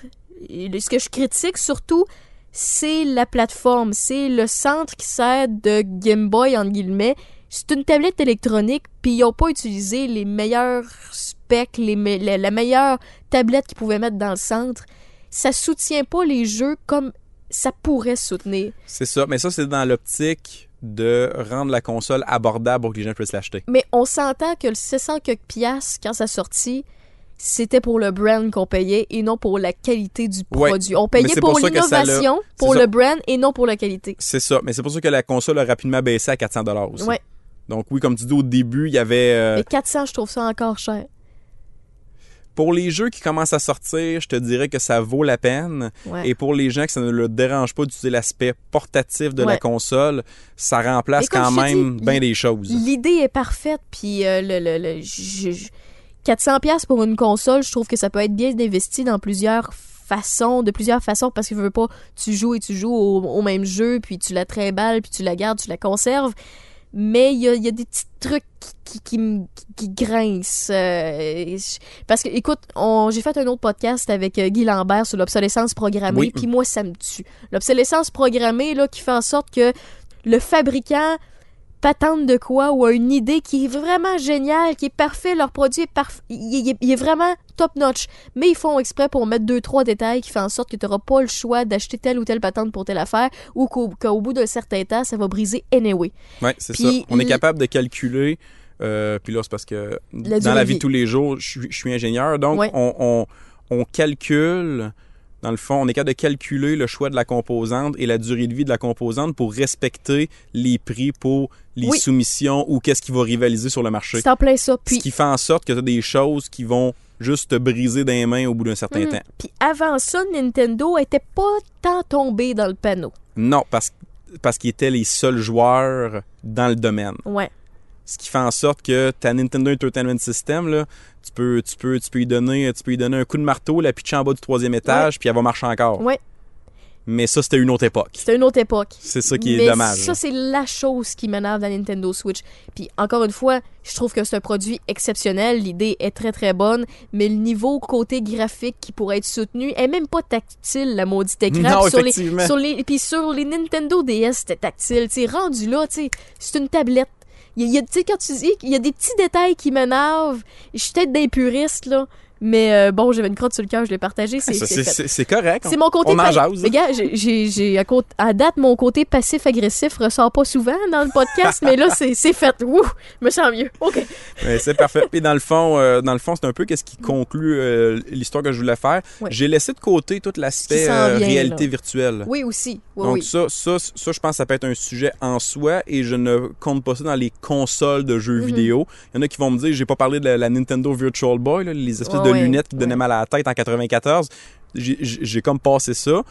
D: et le- ce que je critique surtout, c'est la plateforme, c'est le centre qui sert de Game Boy, entre guillemets. C'est une tablette électronique, puis ils n'ont pas utilisé les meilleurs specs, les, me- la, la meilleure tablette qu'ils pouvaient mettre dans le centre. Ça soutient pas les jeux comme ça pourrait soutenir.
E: C'est ça, mais ça c'est dans l'optique de rendre la console abordable pour que les gens puissent l'acheter.
D: Mais on s'entend que le 600 quelques piastres, quand ça sortit, c'était pour le brand qu'on payait et non pour la qualité du
E: Ouais.
D: produit. On
E: Mais
D: payait
E: c'est
D: pour,
E: pour ça que ça l'a-
D: l'innovation,
E: C'est
D: pour
E: ça.
D: le brand et non pour la qualité.
E: C'est ça, mais c'est pour ça que la console a rapidement baissé à 400 dollars aussi.
D: Ouais.
E: Donc oui, comme tu dis au début, il y avait euh,
D: Mais 400, je trouve ça encore cher.
E: pour les jeux qui commencent à sortir, je te dirais que ça vaut la peine.
D: Ouais.
E: Et pour les gens que ça ne le dérange pas d'utiliser l'aspect portatif de
D: Ouais.
E: la console, ça remplace
D: Mais comme
E: quand
D: je te
E: même
D: dis,
E: bien
D: il-
E: des choses.
D: L'idée est parfaite, puis euh, le, le- le- je- je- 400 pièces pour une console, je trouve que ça peut être bien investi dans plusieurs façons, de plusieurs façons, parce que je veux pas, tu joues et tu joues au, au même jeu, puis tu la trimbales, puis tu la gardes, tu la conserves. Mais il y a, il y a des petits trucs qui, qui, qui me- qui grincent. euh, et je- parce que, écoute, on- j'ai fait un autre podcast avec euh, Guy Lambert sur l'obsolescence programmée,
E: Oui.
D: puis moi, ça me tue. L'obsolescence programmée, là, qui fait en sorte que le fabricant patente de quoi ou a une idée qui est vraiment géniale, qui est parfait, leur produit est parfait, il, il- il est vraiment top notch. Mais ils font exprès pour mettre deux trois détails qui fait en sorte que tu n'auras pas le choix d'acheter telle ou telle patente pour telle affaire ou qu'au qu'au bout d'un certain temps, ça va briser anyway.
E: Ouais, c'est ça.
D: Puis
E: On est
D: l-
E: capable de calculer. euh, puis là, c'est parce que
D: La
E: dans
D: durée de
E: la vie
D: vie.
E: de tous les jours, je suis, je suis ingénieur. Donc,
D: Ouais.
E: on, on- on calcule, dans le fond, on est capable de calculer le choix de la composante et la durée de vie de la composante pour respecter les prix pour les
D: Oui.
E: soumissions ou qu'est-ce qui va rivaliser sur le marché.
D: C'est en plein ça. Puis
E: Ce qui fait en sorte que tu as des choses qui vont juste te briser des mains au bout d'un certain
D: Mhm.
E: temps.
D: Puis avant ça, Nintendo était pas tant tombé dans le panneau.
E: Non, parce, parce qu'ils étaient les seuls joueurs dans le domaine.
D: Ouais.
E: Ce qui fait en sorte que ta Nintendo Entertainment System, là, tu, peux, tu, peux, tu, peux y donner, tu peux y donner un coup de marteau, la pitcher en bas du troisième étage, puis elle va marcher encore.
D: Ouais.
E: Mais ça, c'était une autre époque.
D: C'était une autre époque.
E: C'est ça qui est
D: Mais
E: dommage.
D: Ça, c'est la chose qui m'énerve dans la Nintendo Switch. Puis encore une fois, je trouve que c'est un produit exceptionnel. L'idée est très très bonne, mais le niveau côté graphique qui pourrait être soutenu est même pas tactile, la maudite écran.
E: Non,
D: Puis sur les,
E: effectivement.
D: sur les, puis sur les Nintendo DS, c'était tactile. T'sais, rendu là, t'sais, c'est une tablette. Il y a- il y a, tu sais, quand tu dis qu'il y a des petits détails qui m'énervent, je suis peut-être d'un puriste, là. Mais euh, bon, j'avais une crotte sur le cœur, je l'ai partagée. C'est
E: Ça,
D: c'est
E: C'est
D: fait.
E: c'est- c'est correct.
D: C'est mon côté.
E: On en
D: pa-
E: jase.
D: Mais gars, j'ai- j'ai, j'ai- à, côté- à date, mon côté passif-agressif ressort pas souvent dans le podcast, mais là, c'est, c'est fait. Wouh, je me sens mieux. OK.
E: Mais c'est parfait. Puis dans le fond, euh, dans le fond, c'est un peu qu'est-ce qui conclut euh, l'histoire que je voulais faire.
D: Mm. Ouais.
E: J'ai laissé de côté tout l'aspect
D: s'en
E: euh,
D: vient,
E: réalité
D: là.
E: virtuelle.
D: Oui, aussi. Oui,
E: Donc
D: oui.
E: ça, ça, ça, je pense que ça peut être un sujet en soi et je ne compte pas ça dans les consoles de jeux
D: Mhm.
E: vidéo. Il y en a qui vont me dire, j'ai pas parlé de la, la Nintendo Virtual Boy, là, les espèces
D: Ouais, ouais,
E: de lunettes qui donnaient
D: ouais.
E: mal à la tête en 94. J'ai- J'ai j'ai comme passé ça.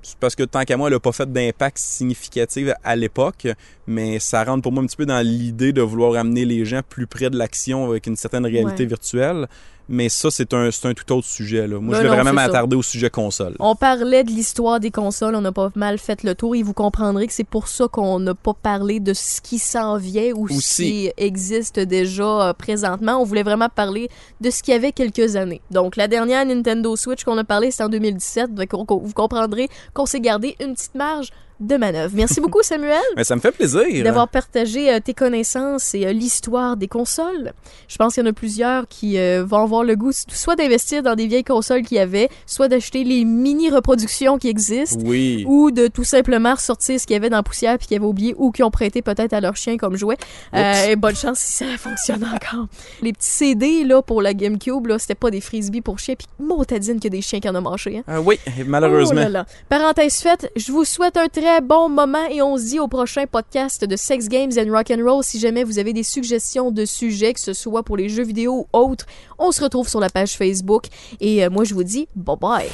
E: C'est parce que tant qu'à moi, elle n'a pas fait d'impact significatif à l'époque, mais ça rentre pour moi un petit peu dans l'idée de vouloir amener les gens plus près de l'action avec une certaine réalité
D: Ouais.
E: virtuelle. Mais ça, c'est un, c'est un tout autre sujet. Là. Moi,
D: Ben
E: je vais
D: non,
E: vraiment
D: c'est ça.
E: m'attarder au sujet console.
D: On parlait de l'histoire des consoles, on a pas mal fait le tour et vous comprendrez que c'est pour ça qu'on n'a pas parlé de ce qui s'en vient ou ce
E: Aussi.
D: qui existe déjà euh, présentement. On voulait vraiment parler de ce qu'il y avait quelques années. Donc la dernière Nintendo Switch qu'on a parlé, c'est en 2017, donc on- vous comprendrez qu'on s'est gardé une petite marge de manœuvre. Merci beaucoup Samuel
E: Mais ça me fait plaisir.
D: d'avoir partagé euh, tes connaissances et euh, l'histoire des consoles. Je pense qu'il y en a plusieurs qui euh, vont avoir le goût s- soit d'investir dans des vieilles consoles qu'il y avait, soit d'acheter les mini-reproductions qui existent.
E: Oui.
D: Ou de tout simplement ressortir ce qu'il y avait dans la poussière puis qu'ils avaient oublié ou qu'ils ont prêté peut-être à leur chien comme jouet. Euh, et bonne chance si ça fonctionne encore. Les petits CD là, pour la GameCube, là, c'était pas des frisbees pour chiens. Puis motadine qu'il y a des chiens qui en ont mangé. hein.
E: Ah oui,
D: Oh
E: malheureusement.
D: là là. Parenthèse faite, je vous souhaite un très bon moment et on se dit au prochain podcast de Sex Games and Rock and Roll. Si jamais vous avez des suggestions de sujets, que ce soit pour les jeux vidéo ou autres, on se retrouve sur la page Facebook. Et euh, moi, je vous dis bye bye.